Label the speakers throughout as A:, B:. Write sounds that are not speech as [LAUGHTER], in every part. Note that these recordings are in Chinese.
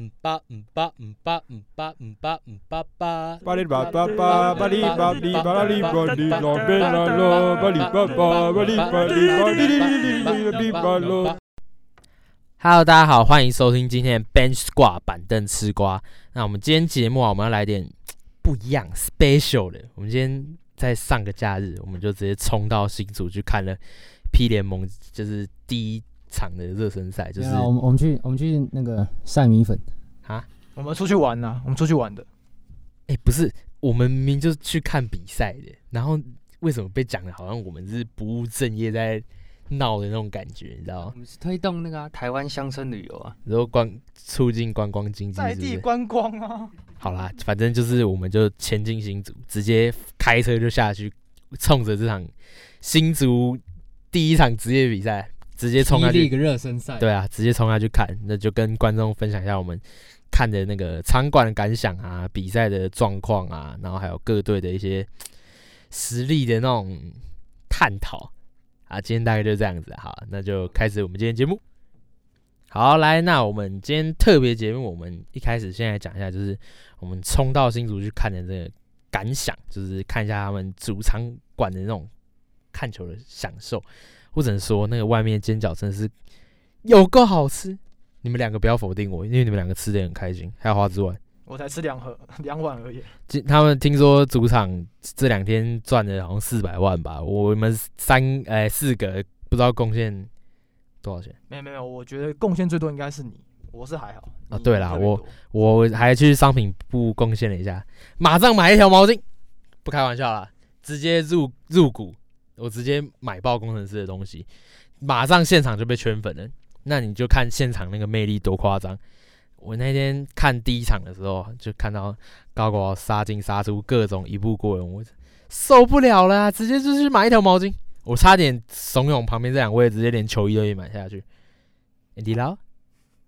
A: 嗯吧嗯吧嗯吧嗯吧嗯吧嗯吧吧。
B: 巴里巴巴巴巴里巴里巴拉里巴里拉贝拉拉巴里巴巴巴里巴里巴里里里里里里巴罗。
A: Hello，大家好，欢迎收听今天的 Bench Squad 板凳吃瓜。那我们今天节目啊，我们要来点不一样 special 的。我们今天在上个假日，我们就直接冲到新竹去看了 P 联盟，就是第一场的热身赛，就是
C: 没啊有啦我们我们去我们去那个晒米粉，
D: 我们出去玩呐、我们出去玩的。
A: 哎、不是，我们明明就是去看比赛的，然后为什么被讲的好像我们是不务正业在闹的那种感觉，你知道吗
E: 我？们是推动那个、啊、台湾乡村旅游啊，
A: 然后观促进观光经济，
D: 在
A: 是不
D: 地
A: 是？
D: 观光啊，
A: 好啦，反正就是我们就前进新竹，直接开车就下去，冲着这场新竹第一场职业比赛，直接冲下
E: 一
A: 去。
E: 个热身赛，
A: 对啊，直接冲下去看，那就跟观众分享一下我们看的那个场馆的感想啊，比赛的状况啊，然后还有各队的一些实力的那种探讨啊。今天大概就这样子，好，那就开始我们今天节目。好，来，那我们今天特别节目，我们一开始先来讲一下，就是我们冲到新竹去看的这个感想，就是看一下他们主场馆的那种看球的享受。或者说，那个外面煎饺真的是有够好吃！你们两个不要否定我，因为你们两个吃的很开心。还有花枝丸，
D: 我才吃两盒 [LAUGHS] 两碗而已。
A: 今他们听说主场这两天赚了好像四百万吧，我们三哎、四个不知道贡献多少钱。
D: 没有没有，我觉得贡献最多应该是你，我是还好。
A: 啊
D: 你
A: 对啦
D: 特别
A: 我
D: 多
A: 我还去商品部贡献了一下，马上买一条毛巾，不开玩笑啦，直接入入股，我直接买爆工程师的东西，马上现场就被圈粉了。那你就看现场那个魅力多夸张。我那天看第一场的时候，就看到高国豪杀进杀出，各种一步过人，我受不了了啊、直接就去买一条毛巾，我差点怂恿旁边这两位直接连球衣都给买下去。哎李老，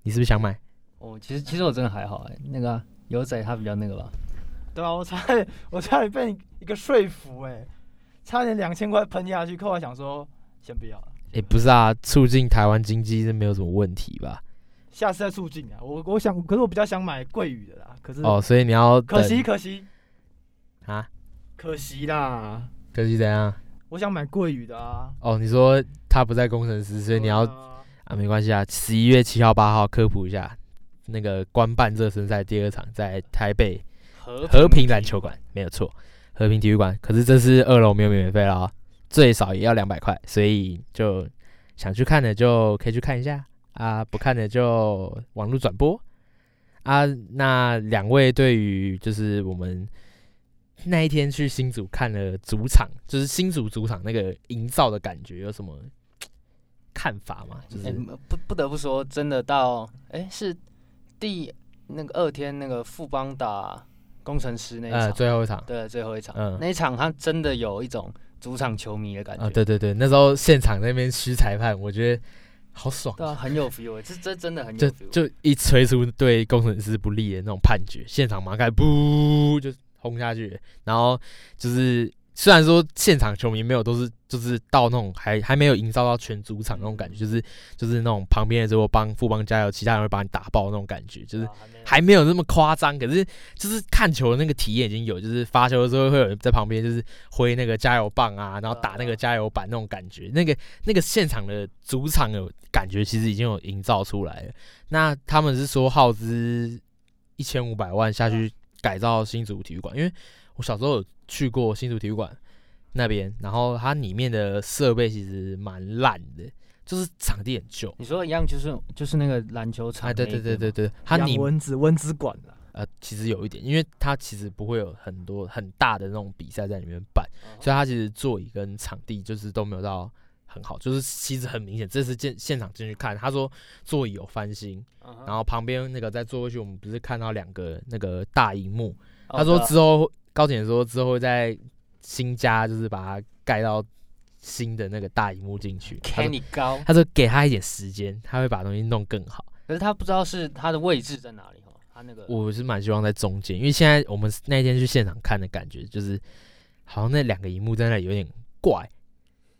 A: 你是不是想买？
E: 哦，其实其实我真的还好哎、那个啊友、仔他比较那个吧，
D: 对啊，我差点 [LAUGHS] 我差点被一个说服哎、差点两千块喷下去，后来想说先不要了，
A: 哎、不是啊，促进台湾经济是没有什么问题吧？
D: 下次再促进啊。我我想，可是我比较想买桂鱼的啦，可是、
A: 哦，所以你要
D: 可
A: 等
D: 惜可惜
A: 啊，
D: 可惜啦，
A: 可惜怎样？
D: 我想买桂鱼的啊。
A: 哦，你说他不在工程师，所以你要
D: 对啊
A: 啊，没关系啊，十一月七号、八号科普一下那个官办热身赛第二场在台北
E: 和
A: 和平篮球馆，没有错，和平体育馆。可是这次二楼没有免费了啊，最少也要两百块，所以就想去看的就可以去看一下啊，不看的就网络转播啊。那两位对于就是我们那一天去新组看了主场，就是新组主场那个营造的感觉有什么看法吗？就是、
E: 哎不不得不说，真的到哎、是第那个二天那个富邦打工程师那一场，
A: 呃，最后一场，
E: 对最后一场、
A: 嗯
E: 那一场，他真的有一种主场球迷的感觉，
A: 啊，对对对，那时候现场那边虚裁判，我觉得好爽，
E: 对啊，很有 feel，欸这这真的很有
A: 就
E: feel，
A: 就一吹出对工程师不利的那种判决，现场马上开始噗就轰下去，然后就是虽然说现场球迷没有都是就是到那种还还没有营造到全主场那种感觉，就是就是那种旁边的时候帮富邦加油，其他人会把你打爆那种感觉，就是
E: 啊还没有
A: 还没有那么夸张，可是就是看球的那个体验已经有，就是发球的时候会有人在旁边就是挥那个加油棒啊，然后打那个加油板那种感觉，那个那个现场的主场有感觉，其实已经有营造出来了。那他们是说耗资一千五百万下去改造新竹体育馆，因为我小时候有去过新竹体育馆那边，然后它里面的设备其实蛮烂的，就是场地很旧。
E: 你说一样就是就是那个篮球场
A: 哎，
E: 那一
A: 对
E: 边
A: 对
E: 嘛，
A: 对对对，它
D: 养
A: 里
D: 蚊子蚊子啊馆啦。
A: 呃，其实有一点，因为它其实不会有很多很大的那种比赛在里面办，
E: 嗯哼
A: 所以它其实座椅跟场地就是都没有到很好，就是其实很明显，这次现现场进去看，他说座椅有翻新，
E: 嗯哼
A: 然后旁边那个在座位区我们不是看到两个那个大荧幕，
E: 哦
A: 他说
E: 对啊
A: 之后高铁说之后会在新家就是把它盖到新的那个大荧幕进去，他说
E: Kenny 高，
A: 他说给他一点时间，他会把东西弄更好。
E: 可是他不知道是他的位置在哪里哦，他那个
A: 我是蛮希望在中间，因为现在我们那一天去现场看的感觉，就是好像那两个荧幕在那里有点怪，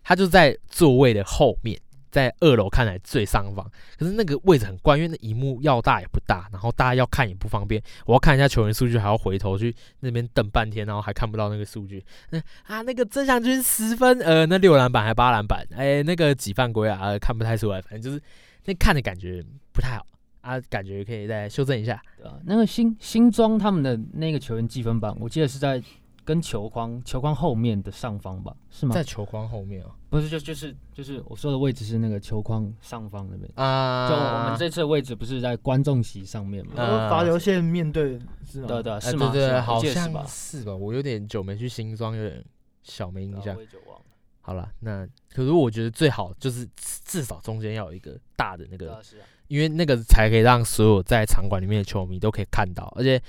A: 它就在座位的后面，在二楼看来最上方，可是那个位置很怪，因为那荧幕要大也不大，然后大家要看也不方便。我要看一下球员数据，还要回头去那边等半天，然后还看不到那个数据。那啊，那个曾祥军十分，呃，那六篮板还八篮板，哎、那个几犯规啊、呃看不太出来，反正就是那看的感觉不太好啊，感觉可以再修正一下。
E: 对啊，那个新新庄他们的那个球员积分榜，我记得是在跟球框球框后面的上方吧？是吗？
A: 在球框后面哦，
E: 不是，就就是就是我说的位置是那个球框上方那边。
A: 啊，
E: 就我们这次的位置不是在观众席上面嘛？
A: 嗯
D: 我罚球线面对是吗？
E: 对对啊，
A: 哎
E: 是吗？
A: 对
E: 是
A: 对，
E: 吗
A: 好
E: 我记得是
A: 像
E: 吧？
A: 是吧？我有点久没去新庄，有点小没印
E: 对啊
A: 象
E: 我。也久忘了
A: 好了，那可是我觉得最好就是至至少中间要有一个大的那
E: 对
A: 个
E: 啊，是啊。
A: 因为那个才可以让所有在场馆里面的球迷都可以看到。而且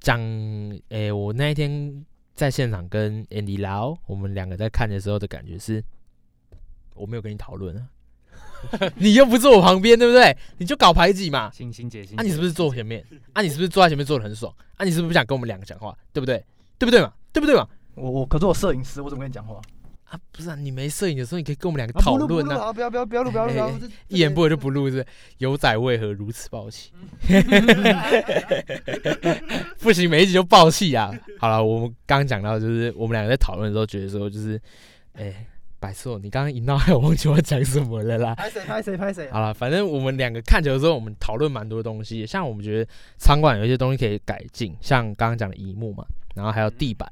A: 讲，诶、我那一天在现场跟 Andy 聊，我们两个在看的时候的感觉是，我没有跟你讨论啊， [LAUGHS] 你又不坐我旁边，对不对？你就搞排挤嘛。
E: 星星姐，星
A: 啊，你是不是坐我前面？啊，你是不是坐在前面坐的很爽？啊，你是不是不想跟我们两个讲话？对不对？对不对嘛？对不对嘛？
D: 我我可是我摄影师，我怎么跟你讲话？
A: 啊，不是啊，你没摄影的时候，你可以跟我们两个
D: 啊
A: 讨
D: 不录不
A: 论
D: 录
A: 啊。
D: 啊！不要不要不要录不要录！不要录
A: 哎
D: 这
A: 一言不合就不录，是不是？有仔为何如此暴气？ [LAUGHS] 不行，每一集就暴气啊！好了，我们刚刚讲到，就是我们两个在讨论的时候，觉得说就是，哎、白硕，你刚刚一闹，害我忘记我要讲什么了啦。
D: 拍谁拍谁拍谁啊？
A: 好了，反正我们两个看球的时候，我们讨论蛮多东西，像我们觉得场馆有一些东西可以改进，像刚刚讲的荧幕嘛，然后还有
E: 嗯
A: 地板。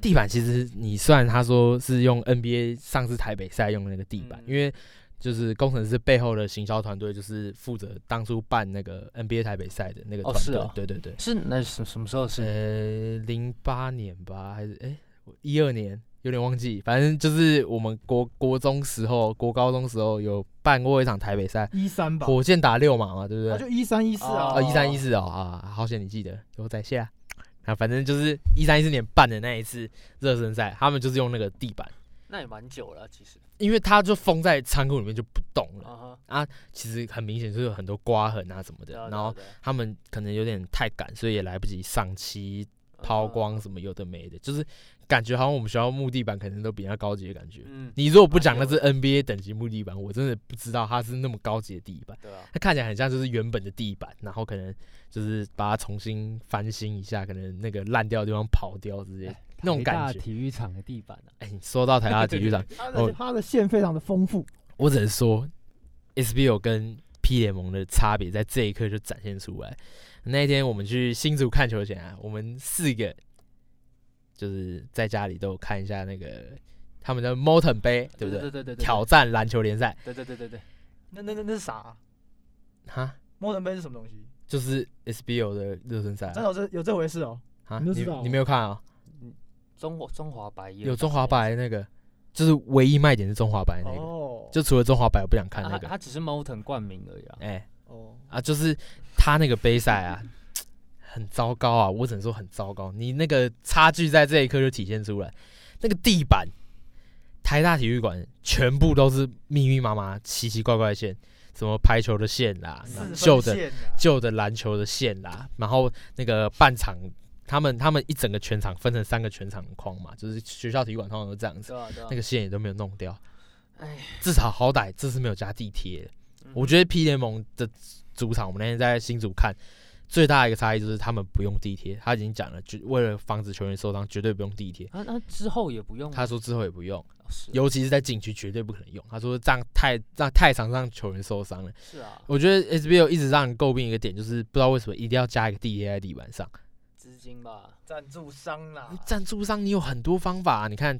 A: 地板其实你虽然他说是用 NBA 上次台北赛用的那个地板，
E: 嗯
A: 因为就是工程师背后的行销团队就是负责当初办那个 NBA 台北赛的那个
E: 哦
A: 团
E: 是
A: 队，
E: 哦
A: 对对对，
E: 是那什什么时候是？
A: 呃，零八年吧，还是哎一二年，有点忘记，反正就是我们国国中时候、国高中时候有办过一场台北赛，
D: 一三吧，
A: 火箭打六码嘛，对不对？
D: 啊就一三一四啊
A: 啊，
E: 哦。
A: 一三一四哦啊，好险你记得，有在下。啊，反正就是一三一四年办的那一次热身赛，他们就是用那个地板，
E: 那也蛮久了，其实。
A: 因为它就封在仓库里面就不动了。
E: 啊哈。
A: 其实很明显就是有很多刮痕啊什么的
E: 对啊，
A: 然后
E: 对啊对啊
A: 他们可能有点太赶，所以也来不及上漆、
E: 嗯
A: 抛光什么有的没的，就是感觉好像我们学校木地板可能都比较高级的感觉。
E: 嗯，
A: 你如果不讲
E: 蛮
A: 那
E: 有
A: 是 NBA 等级木地板，我真的不知道它是那么高级的地板。
E: 对啊，
A: 它看起来很像就是原本的地板，然后可能就是把它重新翻新一下，可能那个烂掉的地方刨掉之类
E: 啊
A: 的那种
C: 台大
E: 哎
A: 感觉。
C: 体育场的地板啊，
A: 哎、你说到台大体 [LAUGHS] 育场，
D: 他
A: 哦
D: 的他的线非常的丰富，
A: 我只能说 SBO 跟 P 联盟的差别在这一刻就展现出来。那一天我们去新竹看球前啊，我们四个就是在家里都有看一下那个他们的 Mountain 杯，对不对？
E: 对对对对。
A: 挑战篮球联赛
E: 对对对对对。
D: 那那那那是啥啊？
A: 哈，
D: 摩登杯是什么东西？
A: 就是 SBO 的热身赛啊
D: 真的有这有这回事哦？
A: 啊，
C: 你都知道哦
A: 你没有看啊、
E: 中华中华白夜
A: 有中华白那个，就是唯一卖点是中华白哎那个，
D: 哦，
A: 就除了中华白我不想看
E: 啊
A: 那
E: 它
A: 个。
E: 它只是 Mountain 冠名而已啊。
A: 哎
D: 哦，
A: 啊，就是他那个杯赛啊，很糟糕啊，我只能说很糟糕。你那个差距在这一刻就体现出来，那个地板，台大体育馆全部都是密密麻麻、奇奇怪怪的线，什么排球的线啦
D: 四，分
A: 旧的
D: 线啊
A: 旧的篮球的线啦，然后那个半场。他们他们一整个全场分成三个全场框嘛，就是学校体育馆通常都这样子，
E: 对啊对啊
A: 那。个线也都没有弄掉。
E: 哎
A: 至少好歹这次没有加地铁。
E: 嗯
A: 我觉得 P 联盟的主场，我们那天在新竹看，最大的一个差异就是他们不用地铁。他已经讲了，就为了防止球员受伤，绝对不用地铁。
E: 啊，那之后也不用
A: 他说之后也不用，
E: 哦是
A: 尤其是在禁区绝对不可能用。他说这样太让太常让球员受伤了。
E: 是啊，
A: 我觉得 SBL 一直让人诟病一个点，就是不知道为什么一定要加一个地铁在地板上。
E: 资金吧，
D: 赞助商啦
E: 啊
A: 你，赞助商你有很多方法、啊，你看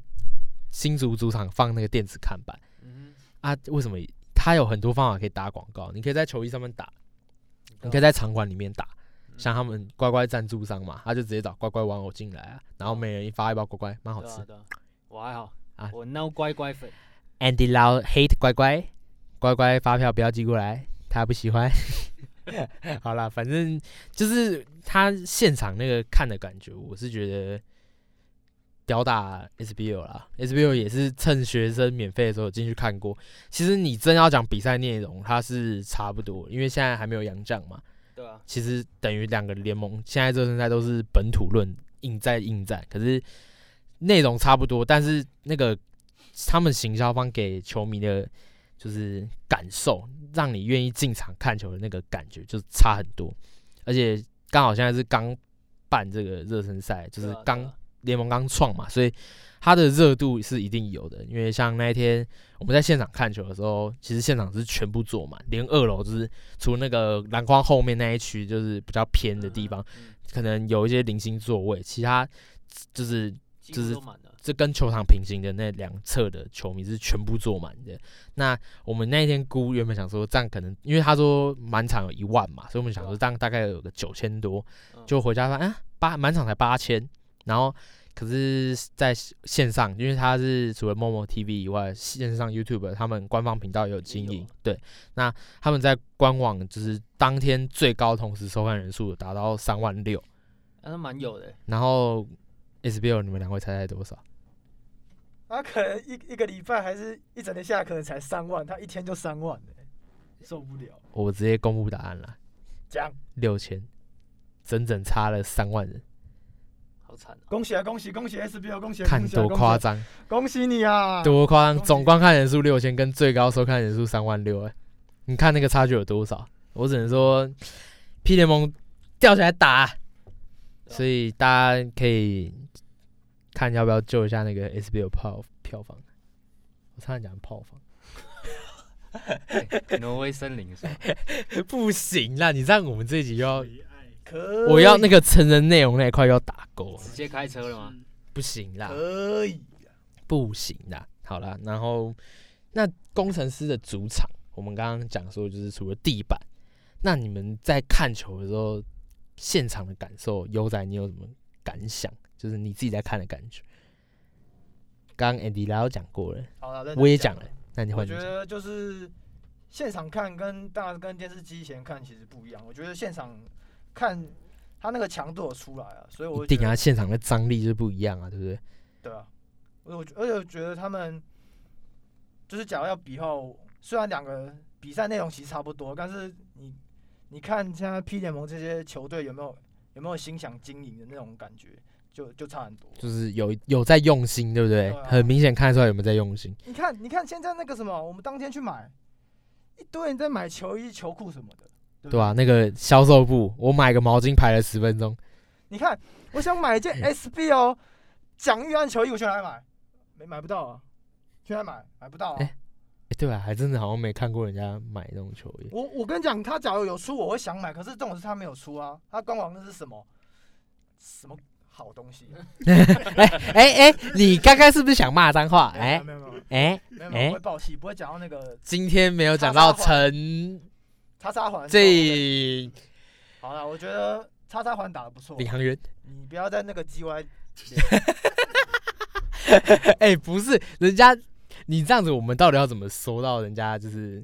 A: 新竹主场放那个电子看板。
E: 嗯
A: 啊，为什么他有很多方法可以打广告？你可以在球衣上面打，
E: 哼，
A: 你可以在场馆里面打，
E: 嗯
A: 像他们乖乖赞助商嘛，他就直接找乖乖玩偶进来啊，然后每人一发一包乖乖，蛮好
E: 对
A: 吃
E: 啊。对啊，我还好
A: 啊
E: 我 no 乖乖粉，
A: Andy Lau hate 乖乖，乖乖发票不要寄过来，他不喜欢。 [LAUGHS] 好啦，反正就是他现场那个看的感觉，我是觉得吊打 SBL 啦，SBL 也是趁学生免费的时候有进去看过。其实你真要讲比赛内容，它是差不多，因为现在还没有洋将嘛，
E: 对啊，
A: 其实等于两个联盟现在热身赛都是本土论硬战硬战，可是内容差不多，但是那个他们行销方给球迷的就是感受，让你愿意进场看球的那个感觉，就是差很多。而且刚好现在是刚办这个热身赛，就是
E: 对啊
A: 刚联盟刚创嘛，所以它的热度是一定有的。因为像那一天我们在现场看球的时候，其实现场是全部坐满，连二楼就是除那个篮筐后面那一区，就是比较偏
E: 啊
A: 的地方，
E: 嗯
A: 可能有一些零星座位，其他就是
E: 对啊
A: 就是
E: 几乎都满了
A: 这跟球场平行的那两侧的球迷是全部坐满的。那我们那一天估原本想说这样可能，因为他说满场有一万嘛，所以我们想说这样大概有个九千多，
E: 嗯
A: 就回家发现啊八满场才八千，然后可是在线上，因为他是除了 Momo TV 以外，线上 YouTube 他们官方频道也有经
E: 也有
A: 营，对，那他们在官网就是当天最高同时收看人数有达到三万六，
E: 啊那蛮有的欸，
A: 然后 SBL 你们两位猜猜多少？
D: 他可能一一个礼拜还是一整天下来可能才三万，他一天就三万、欸，受不了。
A: 我直接公布答案了。
D: 讲，
A: 六千，整整差了三万人，
E: 好惨哦。
D: 恭喜啊，恭喜恭喜 SBO，恭喜啊
A: 看
D: 恭喜啊
A: 多
D: 恭喜啊
A: 夸张，
D: 恭喜你啊！
A: 多夸张！
D: 恭喜
A: 总观看人数六千，跟最高收看人数三万六，哎，你看那个差距有多少？我只能说，P 联盟吊起来打，
E: 对啊
A: 所以大家可以看要不要救一下那个 SBL 票票房。我差点讲炮房，
E: 挪威森林 [LAUGHS] 是吧？
A: [LAUGHS] 不行啦！你让我们这一集又要，
D: 可以
A: 我要那个成人内容那一块要打勾，
E: 直接开车了吗？
A: 不行啦。
D: 可以，
A: 不行啦。好啦，然后那工程师的主场，我们刚刚讲说就是除了地板，那你们在看球的时候，现场的感受，优仔你有什么感想？就是你自己在看的感觉。刚刚 Andy 拉都讲过了，
D: 好了，认真
A: 我也讲了，那你
D: 我
A: 换你
D: 觉
A: 讲。
D: 得就是现场看跟当然跟电视机前看其实不一样。我觉得现场看他那个强度有出来啊，所以我
A: 一
D: 就觉
A: 定
D: 得
A: 啊，现场的张力就不一样啊，对不对？
D: 对啊，我我而且我觉得他们就是假如要比后，虽然两个比赛内容其实差不多，但是你你看现在 P 联盟这些球队有没有有没有心想经营的那种感觉，就就差很多。
A: 就是有有在用心，对不对？
D: 对啊
A: 很明显看得出来有没有在用心。
D: 你看，你看现在那个什么，我们当天去买一堆人在买球衣、球裤什么的，对不啊
A: 对吧、那个销售部，我买个毛巾排了十分钟，
D: 你看，我想买一件 SBO 蒋玉安球衣，我去哪里买？没买不到啊，去哪里买？买不到啊。
A: 哎诶对啊，还真的好像没看过人家买那种球衣。
D: 我我跟你讲，他假如有出，我会想买。可是这种事他没有出啊，他官网那是什么什么好东西？
A: 哎哎，你刚刚是不是想骂脏话？哎
D: 没有没有没有
A: 哎，
D: 没有
A: 哎
D: 没有，不会爆气，不会讲到那个
A: 今天没有讲到陈
D: 叉叉环。
A: 这
D: 好了，我觉得叉叉环打的不错，
A: 领航
D: [LAUGHS]
A: 员。
D: 你不要在那个 G Y
A: 哎，不是，人家你这样子，我们到底要怎么收到人家就是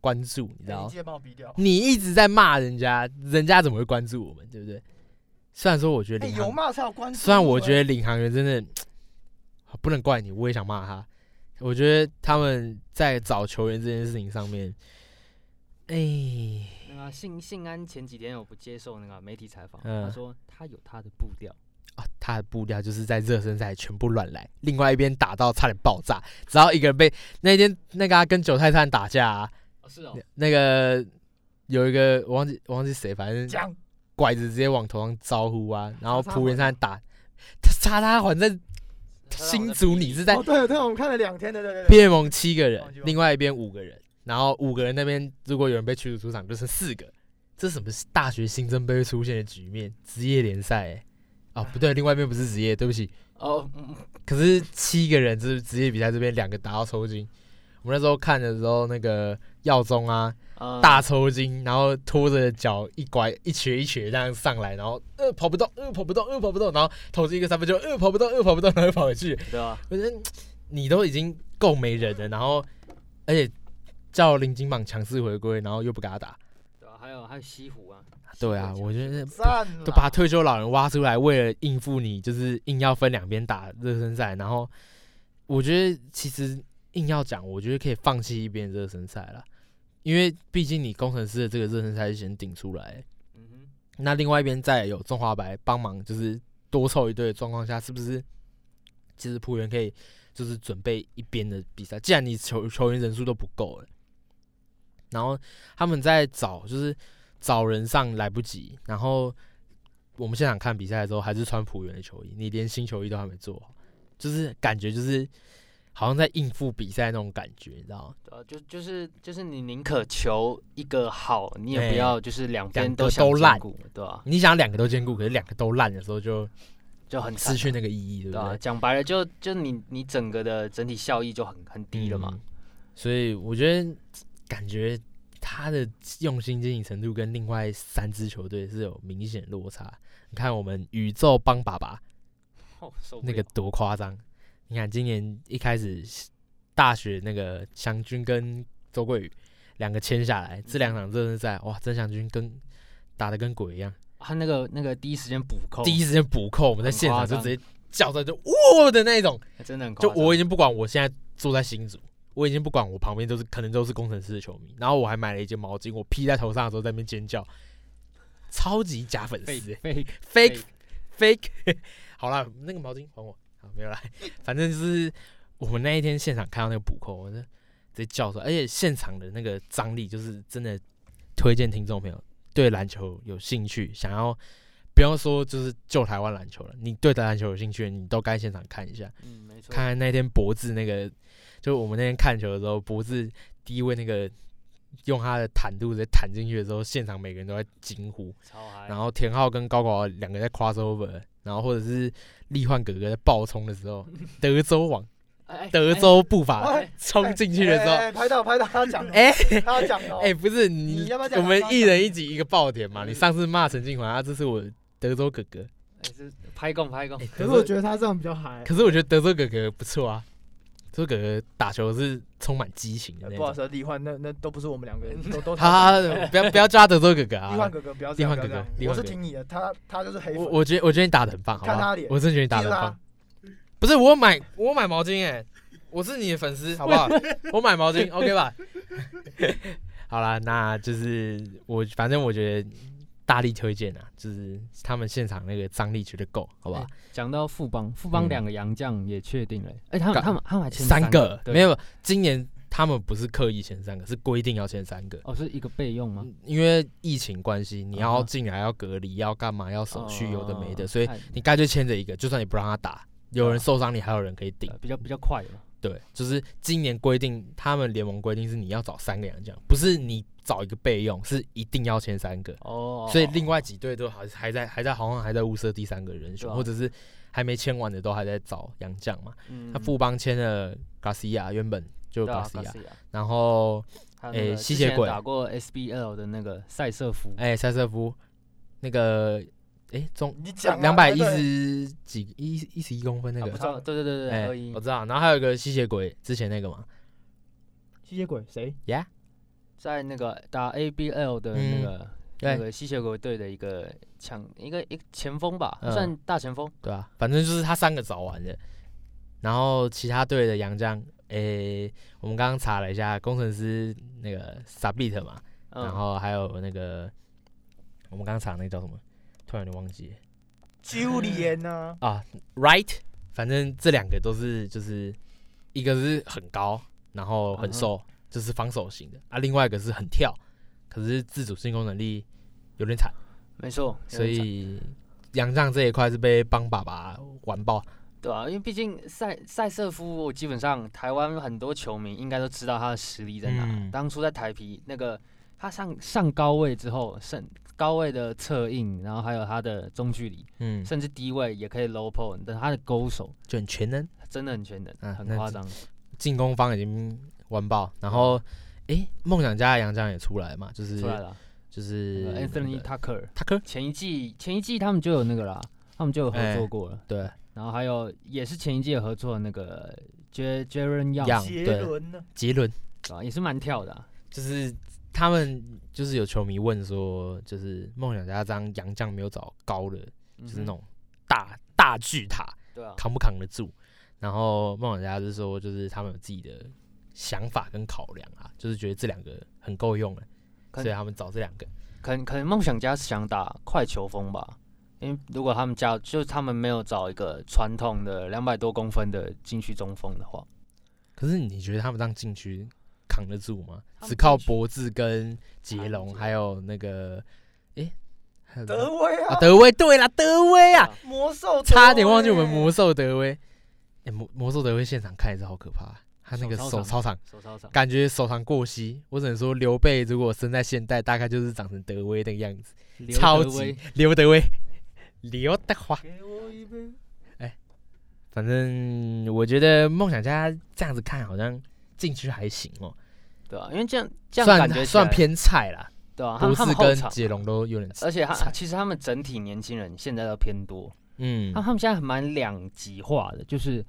A: 关注？你知
D: 你
A: 道
D: 记，得帮我逼掉。
A: 你一直在骂人家，人家怎么会关注我们？对不对？虽然说我觉得
D: 哎，
A: 领
D: 有
A: 航，
D: 骂才有关注。
A: 虽然我觉得领航员真的不能怪你，我也想骂他。我觉得他们在找球员这件事情上面，哎。
E: 那个啊信信安前几天有不接受那个媒体采访，
A: 嗯
E: 他说他有他的步调，
A: 啊，他的步调就是在热身赛全部乱来，另外一边打到差点爆炸，只要一个人被那天那个、啊、跟九泰山打架、啊，
E: 哦是哦
A: 那，那个有一个我忘记我忘记谁，反正
D: 讲
A: 拐子直接往头上招呼啊，然后
D: 叉叉
A: 朴元
D: 环
A: 山打，他叉叉环在新竹，你是在
D: 哦，对对，我们看了两天，对对对对。
A: 边盟七个人
D: 忘记，忘记
A: 另外一边五个人，然后五个人那边如果有人被驱逐出场，就剩四个。这是什么大学新生杯会出现的局面？职业联赛、欸，哦不对，另外一边不是职业，对不起，
E: 哦，嗯嗯
A: 可是七个人就是职业比赛这边两个打到抽筋。我们那时候看的时候，那个耀宗啊，
E: 呃
A: 大抽筋，然后拖着脚一拐一瘸一瘸这样上来，然后呃跑不动，呃跑不动，呃跑不动，然后投进一个三分球，呃跑不动，呃跑不动，然后又跑回去。
E: 对啊吧？
A: 我觉得嗯你都已经够没人了，然后而且叫林金榜强势回归，然后又不给他打。
E: 对吧？还有还有西湖啊，
A: 对啊，我觉得
D: 赞
A: 都
D: 了，
A: 把退休老人挖出来，为了应付你，就是硬要分两边打热身赛。然后我觉得其实硬要讲，我觉得可以放弃一边热身赛了，因为毕竟你工程师的这个热身赛是先顶出来，
E: 嗯哼，
A: 那另外一边再有中华白帮忙，就是多凑一队的状况下，是不是其实浦原可以就是准备一边的比赛。既然你球球员人数都不够了，然后他们在找就是找人上来不及，然后我们现场看比赛的时候还是穿浦原的球衣，你连新球衣都还没做好，就是感觉就是好像在应付比赛那种感觉，你知道吗？
E: 呃，就就是就是你宁可求一个好，你也
A: 哎
E: 不要就是两边
A: 两个
E: 都想
A: 都烂
E: 兼顾，对吧？
A: 你想两个都兼顾，可是两个都烂的时候就
E: 就很惨
A: 失去那个意义，对不
E: 对啊，
A: 对？
E: 讲白了就就你你整个的整体效益就很很低了嘛。
A: 嗯所以我觉得感觉他的用心经营程度跟另外三支球队是有明显落差。你看我们宇宙帮爸爸
E: 哦，受不
A: 那
E: 了
A: 个多夸张！你看今年一开始大学那个祥军跟周桂宇两个签下来，这两场热身赛哇，曾祥军跟打的跟鬼一样，
E: 他啊那个那个第一时间补扣，
A: 第一时间补扣，我们在
E: 很
A: 现场
E: 夸
A: 就
E: 张
A: 直接叫出来就哇的那一种。
E: 真的很
A: 就
E: 夸张
A: 我已经不管我现在坐在新竹，我已经不管我旁边都是可能都是工程师的球迷，然后我还买了一件毛巾，我披在头上的时候在那边尖叫，超级假粉丝、欸、
C: fake
E: 哎
A: ，fake fake，好 [LAUGHS] 啦，那个毛巾还我，好没有啦，反正就是我们那一天现场看到那个补扣，我就直接叫出来，而且现场的那个张力就是真的推荐听众朋友对篮球有兴趣，想要。不要说就是救台湾篮球了，你对台湾篮球有兴趣，你都该现场看一下。
E: 嗯，没错，
A: 看那天博智那个，就我们那天看球的时候，博智第一位那个用他的弹度直接弹进去的时候，现场每个人都在惊呼。
E: 超
D: 哎
E: 嗨。
A: 然后田浩跟高广两个在 crossover，然后或者是力焕哥哥在爆冲的时
D: [LAUGHS]
A: 候，德州网
E: 哎哎
A: 德州步
D: 哎
A: 伐
D: 哎
A: 冲进去的时候，
D: 哎哎拍到拍到他讲，
A: [LAUGHS] 哎
D: 他讲哦，
A: 哎，不是你
D: 你要不要，讲
A: 我们
D: 他哎
A: 一
D: 讲
A: 人一集一个爆点嘛？你上次骂陈静华，啊这是我德州哥哥。
E: 哎哎这拍供拍供
A: 哎，
B: 可是我觉得他这样比较嗨。
A: 可是我觉得德州哥哥不错啊，德州哥哥打球是充满激情的那
D: 哎不好
A: 种
D: 意。思，李焕那那都不是我们
A: [LAUGHS]
D: 两个人，都都他。
A: 他不要不要叫他德州哥哥
D: 李焕
A: 啊！
D: 哥哥不要这
A: 立焕哥
D: 样，不
A: 哥
D: 要这样
A: 立焕
D: 我
A: 哥
D: 是
A: 哥
D: 听你的，他他就是黑
A: 我
D: 粉，
A: 我觉得我觉得你打的很棒，好不
D: 看他
A: 好
D: 的？脸
A: 我真的觉得你打
D: 记
A: 的
D: 住
A: 很
D: 他
A: 棒。不是我有买我有买毛巾哎、我是你的粉丝，好不好？ [LAUGHS] 我买毛巾，OK 吧？ [LAUGHS] 好啦，那就是我反正我觉得大力推荐啊，就是他们现场那个张力绝对够，好不好？
E: 讲到富邦，富
A: 嗯
E: 邦两个洋将也确定了，哎，他
A: 干
E: 们他们他们还签
A: 三个
E: 对
A: 没有，今年他们不是刻意签三个，是规定要签三个。
E: 哦，是一个备用吗？
A: 嗯因为疫情关系，你要
E: 啊
A: 进来要隔离，要干嘛，要手续，有的没的，
E: 哦
A: 所以
E: 太
A: 你该就牵着一个，就算你不让他打，有人
E: 啊
A: 受伤，你还有人可以顶
E: 呃。比较比较快嘛。
A: 对，就是今年规定，他们联盟规定是你要找三个洋将，不是你找一个备用，是一定要签三个。
E: 哦，
A: 所以另外几队都还还在还在好像还在物色第三个人选，
E: 对啊
A: 或者是还没签完的都还在找洋将嘛。
E: 嗯
A: 那富邦签了 Garcia，原本就
E: 对啊
A: Garcia，
E: Garcia
A: 然后
E: 还有那个
A: 哎
E: 之
A: 吸血
E: 前
A: 鬼
E: 打过 SBL 的那个塞瑟夫，
A: 哎塞瑟夫那个哎中
D: 你讲啊
A: 两百一，
D: 对对
A: 十几一一十一公分那
E: 啊
A: 个
E: 不知，道，对对对对，
A: 哎
E: 二一
A: 我知道，然后还有一个吸血鬼之前那个嘛
B: 吸血鬼谁？
A: ，Yeah，
E: 在那个打 ABL 的那
A: 嗯
E: 个那
A: 对
E: 个吸血鬼队的一个抢一个一个前锋吧，
A: 嗯
E: 算大前锋。
A: 对啊，反正就是他三个找完的，然后其他队的杨将，诶、我们刚刚查了一下，工程师那个 Subit 嘛，
E: 嗯，
A: 然后还有那个我们刚刚查那个叫什么，突然就忘记了
D: 就连呢，
A: 啊，Right，反正这两个都是就是一个是很高，然后很
E: 嗯
A: 瘦，就是防守型的啊，另外一个是很跳，可是自主进攻能力有点惨，
E: 没错，
A: 所
E: 有点
A: 以杨将这一块是被帮爸爸完爆。
E: 惨对啊，因为毕竟塞塞瑟夫，我基本上台湾很多球迷应该都知道他的实力在哪。
A: 嗯
E: 当初在台皮那个他上上高位之后，上高位的侧应，然后还有他的中距离，
A: 嗯，
E: 甚至低位也可以 low pull，但他的勾手
A: 就很全能，
E: 真的很全能，
A: 啊那
E: 很夸张。
A: 进攻方已经完爆，然后诶，梦想家的杨将也出来嘛，就是
E: 嗯出来了
A: 就是
E: 那个，Anthony Tucker
A: 塔克，
E: 前一季前一季他们就有那个啦，他们就有合
A: 哎
E: 作过了。
A: 对，
E: 然后还有也是前一届合作的那个 J Jaren y o
A: Young
E: 啊
A: 嗯
D: 杰
A: 对
D: 伦呢，
A: 杰伦，，
E: 也是蛮跳的啊、
A: 就是他们就是有球迷问说，就是梦想家这张杨将没有找高
E: 嗯
A: 的，
E: 就
A: 就是那种大大巨塔
E: 对啊，
A: 扛不扛得住，然后梦想家就说就是他们有自己的想法跟考量啊，就是觉得这两个很够用了，
E: 可
A: 所以他们找这两个。
E: 可能可能梦想家是想打快球风吧，因为如果他们加就是他们没有找一个传统的两百多公分的禁区中锋的话，
A: 可是你觉得他们这样禁区扛得住吗？
E: 他们
A: 只靠
E: 禁区
A: 脖子跟杰龙，
E: 扛得住
A: 还有那个，诶，还有
D: 德威
A: 啊，
D: 啊，
A: 德威，对啦，德威啊，
D: 魔兽，
A: 差点忘记我们魔，兽德威。哎、魔魔兽德威现场看也是好可怕，啊他那个
E: 手
A: 手
E: 超
A: 超长，
E: 手操场
A: 感觉手长过膝。我只能说，刘备如果生在现代，大概就是长成德威那个样子，
E: 刘
A: 超
E: 德威
A: 级刘德威，刘德华。
D: 给我一杯，
A: 反正我觉得梦想家这样子看好像禁区还行哦、
E: 对啊，因为这样这样感觉起
A: 算算
E: 来
A: 偏菜啦，
E: 对啊，
A: 博
E: 他们他
A: 士
E: 们后
A: 跟
E: 场，呃
A: 杰龙都有点菜，
E: 而且他
A: 菜
E: 其实他们整体年轻人现在都偏多，
A: 嗯
E: 那、，他们现在很蛮两极化的，就是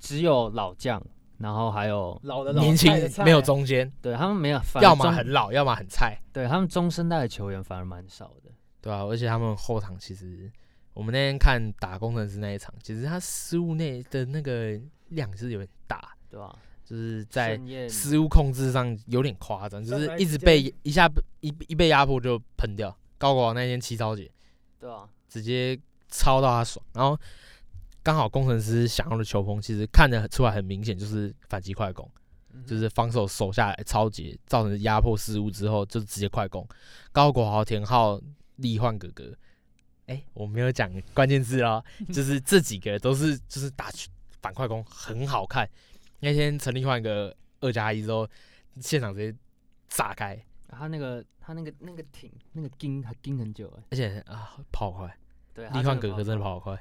E: 只有老将，然后还有
D: 老的老，
A: 年轻
D: 菜的菜啊
A: 没有，中间，
E: 对他们没有，反而
A: 要么
E: 中
A: 很老，要么很菜。
E: 对他们中生代的球员反而蛮少的。
A: 对啊，而且他们后场其实，我们那天看打工程师那一场，其实他失误内的那个量是有点大，
E: 对吧？
A: 就是在
E: 盛宴
A: 失误控制上有点夸张，就
D: 上
A: 是
D: 来
A: 一直
D: 直接
A: 被一下一一被压迫就喷掉。高国豪那天七超姐
E: 对啊，
A: 直接超到他爽，然后刚好工程师想要的球风，其实看得出来很明显，就是反击快攻。就是防守守下哎来超级造成压迫失误之后，就直接快攻。高国豪、田浩、力焕哥哥，哎、我没有讲关键字哦，就是这几个都是就是打去反快攻很好看。那天陈立焕个二加一之后，现场直接炸开，
E: 他那个他那个那个挺那个盯还盯很久哎、
A: 而且啊跑好快，
E: 对，
A: 力焕哥哥真的
E: 不
A: 跑好快。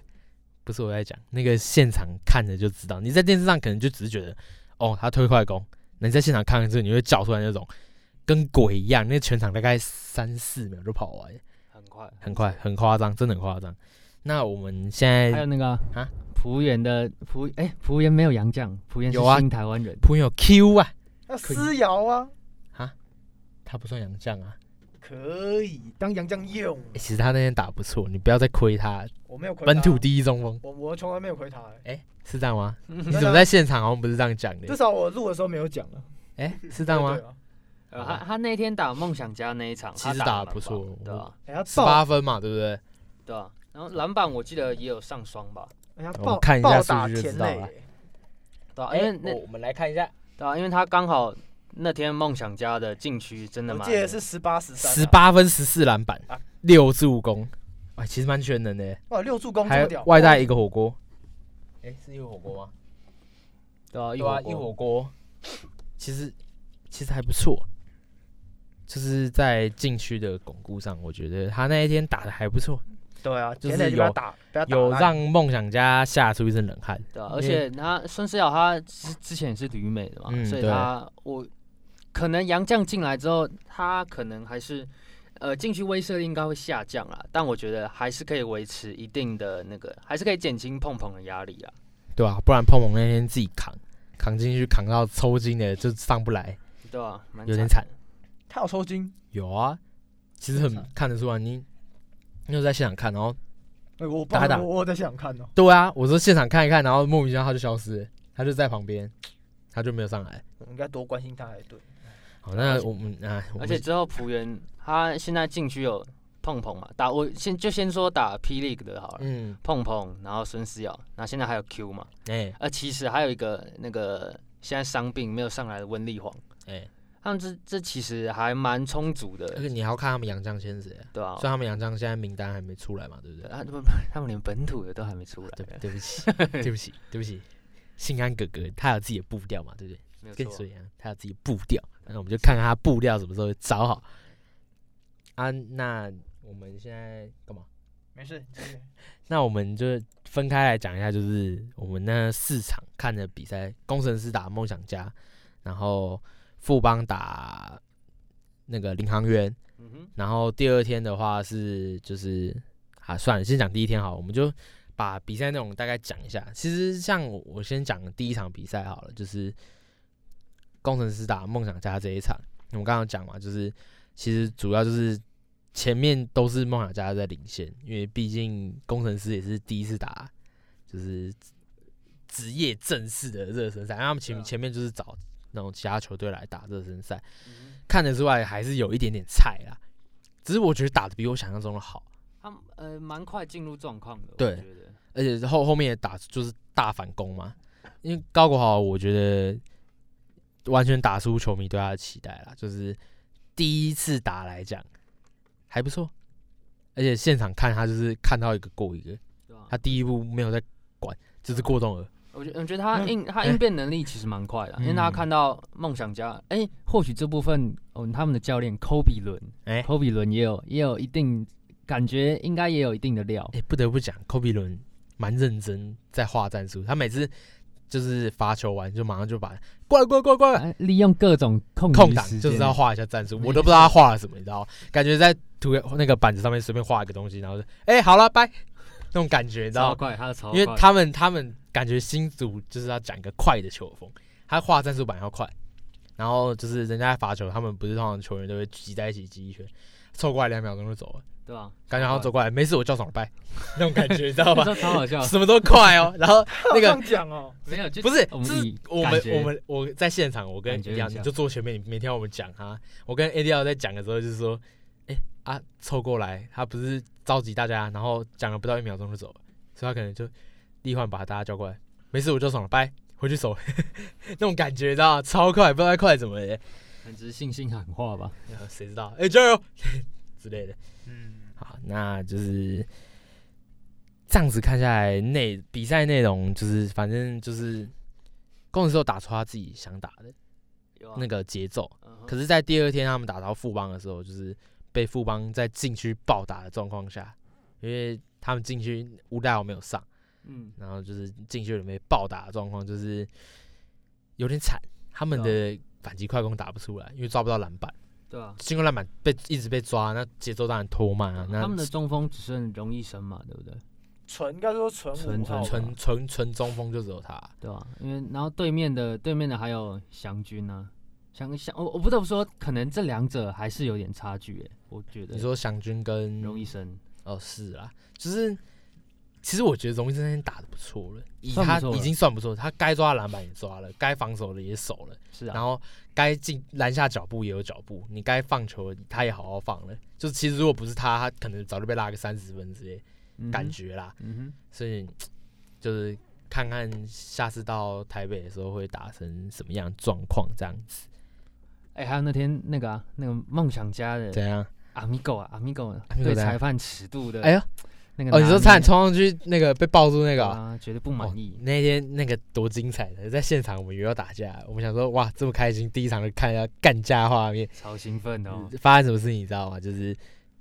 A: 不是我在讲，那个现场看着就知道，你在电视上可能就只是觉得，哦，他推快攻，那你在现场看的时候，你会叫出来那种跟鬼一样，那全场大概三四秒就跑完，
E: 很快
A: 很快，很夸张，真的很夸张。那我们现在
E: 还有那个
A: 啊
E: 啊，浦原的浦哎、浦原没有洋将，浦原是
A: 有啊
E: 新台湾人，
A: 朋友 Q 啊，
D: 那思瑶啊，
A: 他不算洋将啊、
D: 可以当杨将用，
A: 欸其实他那天打不错，你不要再亏他，
D: 我没有回他
A: 本土，第一中锋，
D: 我我从来没有回他，哎
A: 哎、是这样吗？你
D: 真
A: 怎么
D: 的啊
A: 在现场好像不是这样讲
D: 至
A: 的？
D: 少我录的时候没有讲啊，
A: 哎、是这样吗
D: 对？啊？
E: 呃他他那天打梦想家那一场，
A: 其实
E: 他
A: 打得
E: 得蛮
A: 不错
E: 棒的对啊吧？
D: 哎，他
A: 十
D: 爆
A: 八分嘛，对不对？
E: 对吧？然后篮板我记得也有上双吧，
D: 哎他
A: 我
D: 爆
A: 看一下
D: 暴
A: 数据
D: 打
A: 就知
D: 田
A: 道
D: 磊
A: 了
D: 哎，
E: 对啊吧？因为那
A: 哦我们来看一下，
E: 对啊，因为他刚好那天梦想家的禁区真的
D: 我
E: 蛮，
D: 记得是十八十三，
A: 十，八分、十四篮板
D: 啊、
A: 六助攻，哎，其实蛮全能的，
D: 哇，六助攻这
A: 还
D: 么
A: 有
D: 屌，
A: 外带一个火锅。哎，是一个火锅吗？
E: 对啊，一
A: 对啊，一火锅，其实其实还不错，就是在禁区的巩固上，我觉得他那一天打的还不错，
D: 对啊，
A: 就是
D: 田磊就被他
A: 有
D: 打，被他打
A: 有
D: 烂
A: 让梦想家吓出一身冷汗。
E: 对啊，
A: 因
E: 而且他孙思瑶他之之前也是旅美的嘛，
A: 嗯
E: 所以
A: 对
E: 他我可能杨绛进来之后，他可能还是呃禁区威慑力应该会下降啦，但我觉得还是可以维持一定的那个，还是可以减轻碰碰的压力啊。
A: 对啊，不然碰碰那天自己扛扛进去，扛到抽筋的就上不来。
E: 对啊，蛮
A: 有点
E: 惨的。
D: 他有抽筋，
A: 有啊，其实很看得出来，你你有在现场看，然后
D: 哎，我
A: 打打
D: 我我在想看哦，
A: 对啊，我说现场看一看，然后莫名其妙他就消失了，他就在旁边，他就没有上来。
D: 我应该多关心他才对，
A: 好，那我们啊，我
E: 而
A: 们
E: 且之后浦原他现在禁区有碰碰嘛，打我先就先说打 P League 的好了，
A: 嗯，
E: 碰碰，然后孙思瑶，然后现在还有 Q 嘛，
A: 哎
E: 呃，其实还有一个那个现在伤病没有上来的温丽煌，
A: 哎，
E: 他们这这其实还蛮充足的，
A: 而且你还要看他们杨绛先谁啊，
E: 对吧、
A: 虽然他们杨绛现在名单还没出来嘛，对不对？
E: 他们他们连本土的都还没出来，
A: 对，对不起，
E: [LAUGHS]
A: 对不起，对不起，信安哥哥他有自己的步调嘛，对不对？
E: 没有
A: 跟
E: 错
A: 你说一样，他有自己的步调，那我们就看看他步调什么时候会找好。啊，那我们现在干嘛？
D: [LAUGHS] 没事，继 [LAUGHS] 续
A: 那我们就分开来讲一下，就是我们那四场看的比赛，工程师打梦想家，然后富邦打那个领航员，
E: 嗯哼，
A: 然后第二天的话是就是啊，算了，先讲第一天好了，我们就把比赛内容大概讲一下。其实像我我先讲第一场比赛好了，就是工程师打梦想家这一场，我们刚刚讲嘛，就是其实主要就是前面都是梦想家在领先，因为毕竟工程师也是第一次打，就是职业正式的热身赛，因为他们前
D: 对啊
A: 前面就是找那种其他球队来打热身赛。
E: 嗯哼
A: 看得出来还是有一点点菜啦，只是我觉得打的比我想象中的好。
E: 他呃蛮快进入状况的，
A: 对
E: 我觉得
A: 而且后后面也打就是大反攻嘛。因为高国豪，我觉得完全打出球迷对他的期待啦，就是第一次打来讲还不错，而且现场看他就是看到一个过一个，
E: 对吧、
A: 他第一步没有在管，就是过动了。
E: 我觉我觉得他
A: 嗯
E: 应他应变能力其实蛮快的，因为
A: 嗯
E: 他看到梦想家，哎、或许这部分哦他们的教练科比伦，
A: 哎
E: 科比伦也有也有一定感觉，应该也有一定的料，
A: 哎、不得不讲，科比伦蛮认真在画战术，他每次就是罚球完就马上就把过来过来过来过来，
E: 哎利用各种空余
A: 空档
E: 时
A: 就是
E: 间
A: 要画一下战术，我都不知道他画了什么，你知道吗？感觉在图那个板子上面随便画一个东西，然后就哎、好了拜那种感觉，你知
E: 超
A: 道吗？
E: 快，他的超
A: 因
E: 快，
A: 为他们他们感觉新组就是要讲一个快的球风，他画战术板要快，然后就是人家罚球，他们不是通常球员都会挤在一起挤一圈，凑过来两秒钟就走了，
E: 对吧、
A: 感觉好像走过来没事我叫爽拜 [LAUGHS] 那种感觉，你知道
E: [LAUGHS] 这
A: 吧？
E: 招超好笑，
A: 什么都快哦，然后那
D: 这
A: 个
D: 样讲哦，
E: 没有
A: [LAUGHS]
E: 就
A: 不是，
E: 我
A: 这是
E: 们以
A: 我
E: 感
A: 们
E: 觉
A: 我们我在现场，我跟
E: 感
A: 你
E: 觉
A: 一样，
E: 一
A: 你
E: 下
A: 就坐前面，你每天我们讲哈，我跟 ADL 在讲的时候就是说，哎、啊凑过来，他不是召集大家，然后讲了不到一秒钟就走了，所以他可能就立换把大家叫过来，没事我就爽了，拜，回去守， [LAUGHS] 那种感觉你知道吗超快，不知道在快怎么的，
E: 很直信心喊话吧，
A: 呃 [LAUGHS] 谁知道，哎、加油之类的。
D: 嗯，
A: 好，那就是这样子看下来，内比赛内容就是反正就是。公司都打出他自己想打的，
E: 有啊
A: 那个节奏。
E: 嗯哼
A: 可是，在第二天他们打到富邦的时候，就是被富邦在禁区暴打的状况下，因为他们禁区吴大豪没有上，
E: 嗯，
A: 然后就是禁区里面暴打的状况，就是有点惨。他们的反击快攻打不出来，因为抓不到篮板，
E: 对啊，
A: 进攻篮板被一直被抓，那节奏当然拖慢啊。那
E: 他们的中锋只剩荣一生嘛，对不对？
D: 纯应该说纯
E: 纯
D: 五号吧，
A: 纯纯纯中锋就只有他，
E: 对啊，因为然后对面的对面的还有祥军啊，祥祥我我不得不说，可能这两者还是有点差距诶、我觉得。
A: 你说祥军跟
E: 荣一生
A: 哦，是啦，就是其实我觉得荣毅今天打的不错了，以
E: 算不
A: 他
E: 错
A: 已
E: 了
A: 经算不错，他该抓的篮板也抓了，该防守的也守了，
E: 是啊，
A: 然后该进篮下脚步也有脚步，你该放球他也好好放了。就是其实如果不是他，他可能早就被拉个三十分之类
E: 嗯哼
A: 感，觉啦，
E: 嗯
A: 所以就是看看下次到台北的时候会打成什么样状况，这样子
E: 哼，哎、还有那天那个啊，那个梦想家的
A: 怎样？
E: 阿米狗啊，阿米狗
A: 怎
E: 对
A: 样
E: 裁判尺度的，
A: 哎呦，
E: 那个
A: 哦，你说差
E: 菜
A: 点冲上去那个被抱住那个啊、
E: 啊，绝对不满意
A: 哦。那天那个多精彩的，在现场我们约要打架，我们想说哇这么开心，第一场就看一下干架画面。
E: 超兴奋的、哦，
A: 发生什么事情你知道吗？就是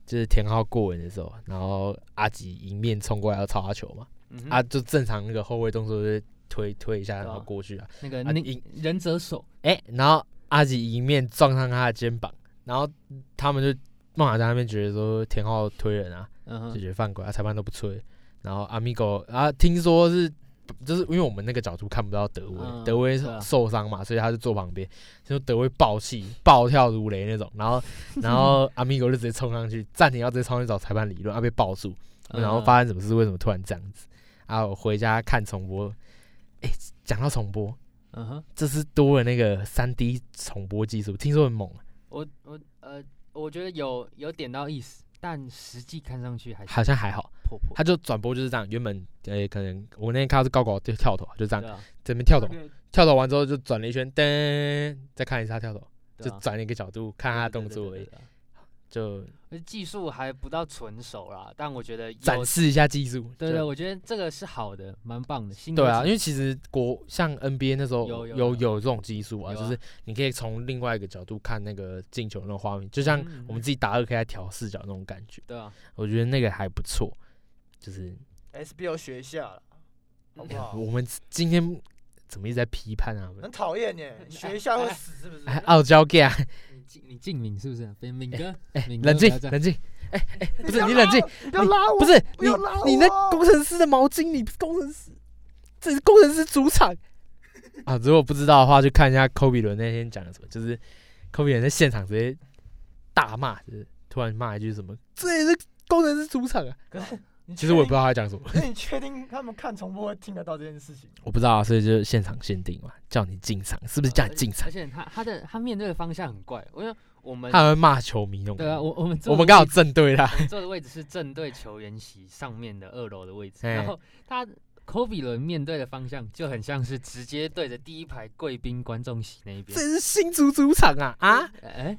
A: 就是田浩过人的时候，然后阿吉迎面冲过来要抄他球嘛，
E: 嗯哼
A: 啊就正常那个后卫动作就是推推一下然后过去啊，
E: 那个
A: 啊
E: 那
A: 赢
E: 忍者手，
A: 哎、然后阿吉迎面撞上他的肩膀，然后他们就孟想家那边觉得说田浩推人啊，
E: 嗯
A: 就
E: 哼，
A: 觉得犯规，啊裁判都不吹，然后阿米狗啊听说是。就是因为我们那个角度看不到德威，
E: 嗯
A: 德威
E: 对啊
A: 受伤嘛，所以他就坐旁边，就德威暴气、暴跳如雷那种，然
E: [LAUGHS]
A: 后然后阿米狗就直接冲上去，暂停要直接冲上去找裁判理论，啊被抱住，
E: 嗯
A: 然后发生什么事？为什么突然这样子？啊，我回家看重播，哎、讲到重播，
E: 嗯，嗯哼，
A: 这次多了那个三 D 重播技术，听说很猛，啊
E: 我我呃，我觉得有有点到意思，但实际看上去还是
A: 好像还好，
E: 破破，
A: 他就转播就是这样，原本呃、可能我那天看到是高高就跳投，就这样
E: 对啊
A: 这边跳投
E: 那。个
A: 跳投完之后就转了一圈，噔，再看一下跳投，
E: 对
A: 就
E: 啊
A: 转了一个角度看他的动作而已，。就
E: 而呃技术还不到纯熟啦，但我觉得有
A: 展示一下技术。
E: 对
A: 就
E: 对，我觉得这个是好的，蛮棒的。新
A: 对啊，
E: 科
A: 因
E: 技
A: 为其实国像 NBA 那时候
E: 有有
A: 有
E: 有
A: 有这种技术啊，
E: 有
A: 就
E: 啊
A: 是你可以从另外一个角度看那个进球那个画面，就像
E: 嗯
A: 我们自己打二 K 来调视角那种感觉，
E: 对啊，
A: 我觉得那个还不错。就是、
D: SBL 学一下啦，好不好？
A: [LAUGHS] 我们今天怎么一直在批判啊？
D: 很讨厌耶，你学一下会死是不是？
A: 哎傲娇 gay 啊！
E: 你静你静敏是不是？敏敏哥，
A: 哎，
E: 敏哥
A: 冷静
E: 不要这，样
A: 冷静！哎 [LAUGHS] 哎，不是
D: 要
A: 你
D: 拉
A: 冷
D: [LAUGHS]
A: 静，
D: 我，不要拉我，
A: 不是
D: 不
A: 你
D: 要拉我，
A: 你那工程师的毛巾，你不是工程师，这是工程师主 [LAUGHS] 场啊！如果不知道的话，去看一下科比伦那天讲的什么，就是科比伦在现场直接大骂，就是突然骂一句什么：“这也是工程师主场啊！”
D: 你
A: 其实我也
D: 确
A: 不知
D: 定。
A: 道他在讲什么，
D: [LAUGHS] 那你确定他们看重播会听得到这件事情？
A: 我不知道啊，所以就现场限定嘛，叫你进场，是不是叫你进场
E: 呃而？且他他的他面对的方向很怪，因为我们
A: 他还会骂球迷那种。
E: 对啊，我我们
A: 哎
E: 坐
A: 我
E: 的
A: 们刚好
E: 位置
A: 正对他，
E: 我们坐的位置是正对球员席上面的二楼的位置，
A: 哎
E: 然后他科比伦面对的方向就很像是直接对着第一排贵宾观众席那一边
A: 这，是新竹主场啊啊！
E: 哎、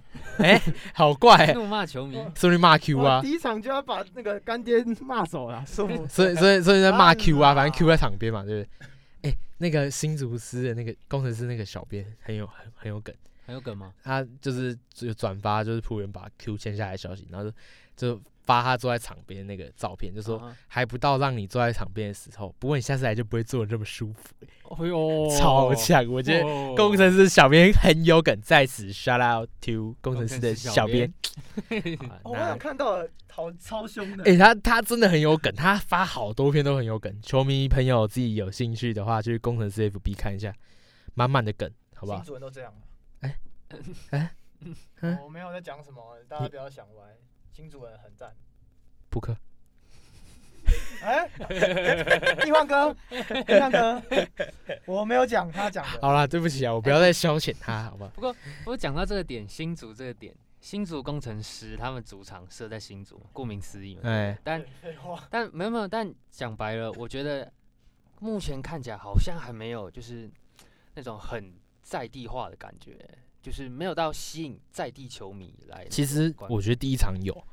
A: 好怪欸，
E: 怒骂球迷，
A: 说不定骂 Q
D: 哇
A: 啊
D: 第，一场就要把那个干爹骂走了，舒服。
A: [LAUGHS] 所以所以所以在骂
D: 啊
A: Q 啊，反正 Q 在场边嘛，对不对？哎，那个新竹师的那个工程师那个小编很有很很有梗。
E: 很有梗吗？
A: 他就是有转发，就是仆员把 Q 签下来的消息，然后就就发他坐在场边那个照片，就说、
E: 啊
A: 还不到让你坐在场边的时候，不过你下次来就不会坐的这么舒服，
E: 哎呦，
A: 超强！我
E: 我
A: 觉得工程师小编很有梗，在此 shout out to 工程师的小编。 [LAUGHS] 啊
D: 哦我
A: 那
D: 想看到了，好超凶
E: [LAUGHS]
D: 的。
A: 哎、他他真的很有梗，他发好多篇都很有梗。球迷朋友自己有兴趣的话，去工程师 FB 看一下，满满的梗，好不好
D: 新？主人都这样。哦
A: 哎
D: [LAUGHS]
A: 哎嗯
D: 我没有在讲什么，大家不要想歪。新主人很赞。
A: 扑克，
D: 哎， [LAUGHS] 一
A: [LAUGHS]
D: 焕哥，一焕哥，我没有讲，他讲的。
A: 好啦，对不起啊，我不要再消遣他，
E: [LAUGHS]
A: 好不好？
E: 我讲到这个点，新竹这个点，新竹工程师他们主场设在新竹，顾名思义嘛。
A: 哎、
E: 但
D: 废话，
E: 但没有没有，但讲白了，我觉得目前看起来好像还没有就是那种很在地化的感觉，就是没有到吸引在地球迷来。
A: 其实我觉得第一场有，
E: 哦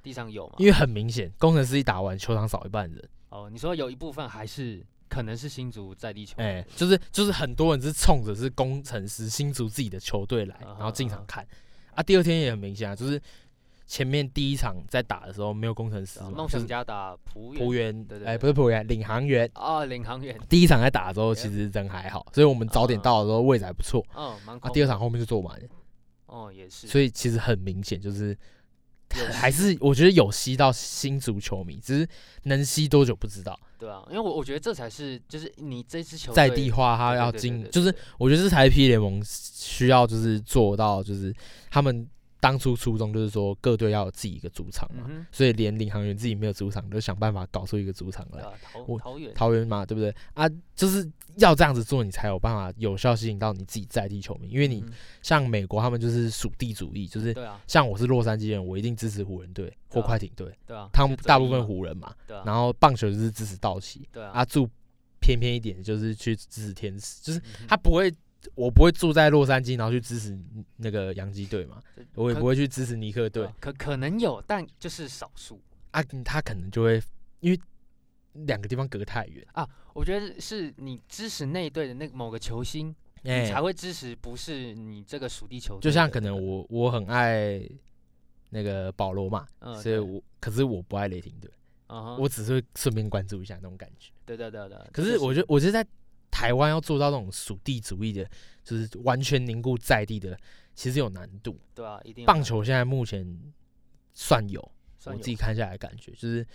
E: 地上有嘛？
A: 因为很明显，工程师一打完，球场少一半人。
E: 哦，你说有一部分还是可能是新竹在地球迷，
A: 哎、就是就是很多人是冲着是工程师新竹自己的球队来，
E: 啊哈
A: 然后进场
E: 啊哈
A: 看。啊，第二天也很明显啊，就是前面第一场在打的时候没有工程师
E: 对啊
A: 嘛，
E: 梦
A: 就
E: 想
A: 是
E: 家打浦
A: 仆
E: 原
A: 员
E: 对，对
A: 哎、
E: 对
A: 不是仆员，领航员。
E: 啊，领航员，
A: 第一场在打的时候，其实人还好，所以我们早点到的时候位置还不错。
E: 嗯，蛮
A: 啊，
E: 空
A: 第二
E: 的
A: 场后面就坐满了，
E: 哦也是，
A: 所以其实很明显就是 [LAUGHS]
E: 有
A: 还是我觉得有吸到新足球迷，只是能吸多久不知道。
E: 对啊，因为我我觉得这才是就是你这支球
A: 在
E: 队
A: 地化，他
E: 哦对
A: 要
E: 对对
A: 经
E: 对，
A: 就
E: 对
A: 是我觉得这才是 P 联盟需要就是做到，就是他们当初初衷就是说各队要有自己一个主场
E: 嗯
A: 嘛，
E: 哼，
A: 所以连领航员自己没有主场，就想办法搞出一个主场
E: 对
A: 来。
E: 啊，桃
A: 我
E: 桃园
A: 桃园嘛，对不对啊？就是要这样子做，你才有办法有效吸引到你自己在地球迷。因为你
E: 嗯
A: 像美国，他们就是属地主义，就是
E: 对啊
A: 像我是洛杉矶人，我一定支持湖人队或
E: 对啊
A: 快艇队，
E: 对啊，
A: 他
E: 就
A: 们
E: 这
A: 大
E: 一
A: 部分
E: 嘛
A: 湖人嘛。
E: 对啊，
A: 然后棒球就是支持道奇，
E: 对啊
A: 啊，住偏偏一点就是去支持天使，就是
E: 嗯哼
A: 他不会，我不会住在洛杉矶，然后去支持那个洋基队嘛，
E: 这
A: 我也
E: 可
A: 不会去支持尼克队
E: 啊可可能有，但就是少数。
A: 啊，他可能就会因为两个地方隔太远，
E: 我觉得是你支持那一队的那某个球星，你才会支持，不是你这个属地球队的那个。
A: 哎就像可能我我很爱那个保罗嘛，
E: 嗯，
A: 所以
E: 对
A: 我可是我不爱雷霆队，
E: 嗯哼
A: 我只是顺便关注一下那种感觉。
E: 对对对对。
A: 可
E: 这
A: 是
E: 就
A: 我觉得，我觉得在台湾要做到那种属地主义的，就是完全凝固在地的，其实有难度。
E: 对啊，一定有
A: 棒
E: 难
A: 球现在目前算有，
E: 算
A: 我
E: 有
A: 自己看下来的感觉就是，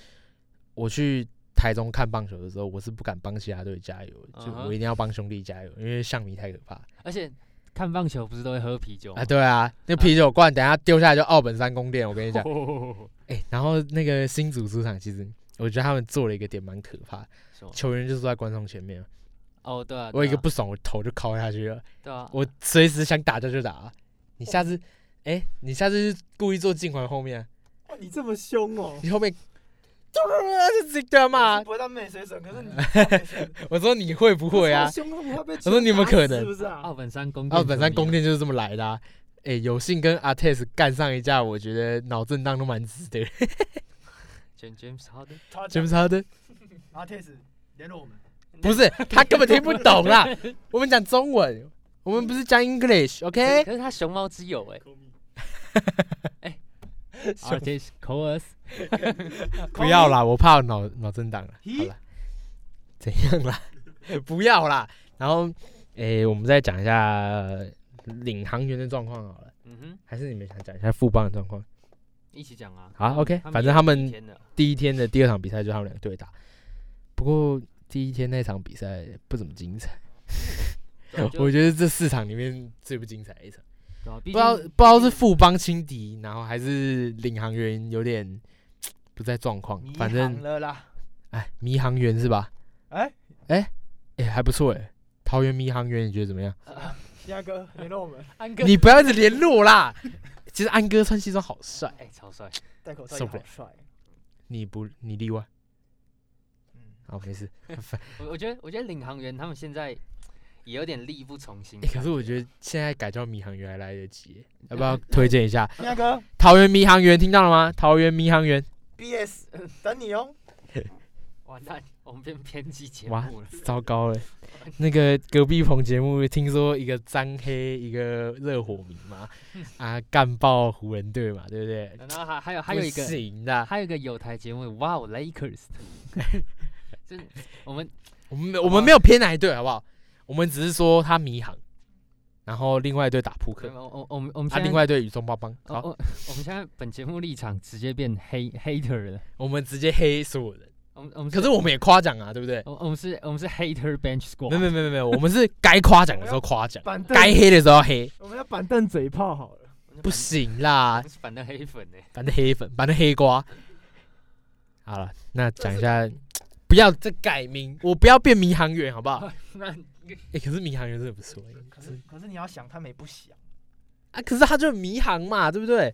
A: 我去台中看棒球的时候，我是不敢帮其他队加油的，就
E: 嗯哼
A: 我一定要帮兄弟加油，因为象迷太可怕
E: 而且看棒球不是都会喝啤酒
A: 啊！
E: 吗，
A: 对啊，那啤酒罐等下丢下来就奥本山宫殿，我跟你讲
E: [LAUGHS] 哦
A: 哎、然后那个新竹主场其实。我觉得他们做了一个点蛮可怕的，
E: 什么？
A: 球员就坐在观众前面，
E: 哦，对啊，
A: 我有一
E: 对
A: 个
E: 啊
A: 不爽，我头就敲下去了，
E: 对啊，哦
A: 我随时想打架就打啊。你下次，哎、你下次是故意坐近环后面啊、
D: 哇你这么凶哦！
A: 你后面，就直接对他骂啊
E: [LAUGHS]
D: 我是，不会当美水准，可是你 [LAUGHS] 当美水准
A: 我说你会不会啊
D: 超？凶的，你会被
A: 我说你有没有可能
D: 是不是啊？
E: 奥本山
A: 然
E: 宫殿球迷啊，
A: 后本山宫殿就是这么来的、啊。哎、有幸跟阿 t e s 干上一架，我觉得脑震荡都蛮
E: 啊
A: 值得。
E: James James Harden，
A: 詹
D: 他讲
A: 姆斯哈登
D: 阿 t e s 联络我们，
A: 不是他根本听不懂
E: [LAUGHS]
A: 啦，我们讲中文，我们不是讲 English，OK？、
E: 可是他熊猫之友
A: [LAUGHS]
E: 啊哎，Artist Chorus，
A: 不要
D: 哦
A: 啦，我怕我脑脑震荡啊了。好了，怎样啦？不要啦。然后，哎、我们再讲一下呃领航员的状况好了，
E: 嗯哼，
A: 还是你们想讲一下副帮的状况？
E: 一起讲啊。
A: 好，OK，
E: 们
A: 反
E: 也
A: 正他
E: 有几
A: 们 [LAUGHS]
E: 天的
A: 第一天的第二场比赛就他们两个对打，不过第一天那场比赛不怎么精彩，
E: 对啊就
A: 我觉得这四场里面最不精彩的一场，
E: 对啊
A: 不
E: 毕
A: 知道
E: 竟
A: 不知道是富邦轻敌，然后还是领航员有点不在状况
D: 迷，
A: 反
D: 航
A: 正
D: 了啦。
A: 哎，迷航员是吧？
D: 哎，
A: 哎、还不错哎、桃园迷航员你觉得怎么样？
D: 鸭哥，你让我们
E: 安哥，
A: [LAUGHS] 你不要一直联络
E: [LAUGHS]
A: 啦。其实安哥穿西装好帅，
E: 哎，超帅，
D: 戴口罩
A: 受
D: 也
A: 不
D: 好
A: 了
D: 帅。
A: 你不你例外。
D: 嗯，
A: 好，没事。
E: 我我觉得我觉得领航员他们现在也有点力不从心
A: 哎、。可是我觉得现在改叫迷航员还来得及欸，
E: 嗯
A: 要不要推荐一下
D: 鸭哥
A: 桃园迷航员？听到了吗？桃园迷航员，
D: ，BS [LAUGHS] 等你哦。
E: 完蛋，我们变偏激节
A: 哇
E: 目了。
A: 糟糕了。那个隔壁棚节目听说一个张黑，一个热火迷嘛，
E: 嗯
A: 啊，干爆湖人队嘛，对不对？
E: 然后还还有还有一个
A: 不行的，
E: 还有一个有台节目，哇哦，Lakers，就是我们
A: 我们没我们没有偏哪一队，好不好？我们只是说他迷航，然后另外一队打扑克，
E: 我我我们我们
A: 啊，
E: 现在
A: 另外一队雨中帮帮。
E: 我哦
C: 哦
E: 我
A: 好，
E: 我们现在本节目立场直接变黑 hater 了。
A: 我们直接黑所有人，
E: 我们我们
A: 可是我们也夸奖啊，对不
C: 哦
A: 对？
E: 我我们是我们是 hater bench
A: 没有
E: squad，
A: 没有没有没有，我们是该夸奖的时候夸
C: [LAUGHS]
A: 奖，
D: 板凳，
A: 该黑的时候黑，
D: 我们要板凳嘴炮好了。
A: 不行啦
E: 我，们是反正黑粉呢。欸
A: 反正黑粉，反正黑瓜。好了，那讲一下，不要再改名，我不要变民航员，好
C: [LAUGHS]
A: 不好？
E: 那
A: 哎、可是民航员真的不错、欸，
D: 可是可是你要想，他们也不想
A: 啊，可是他就是迷航嘛，对不对？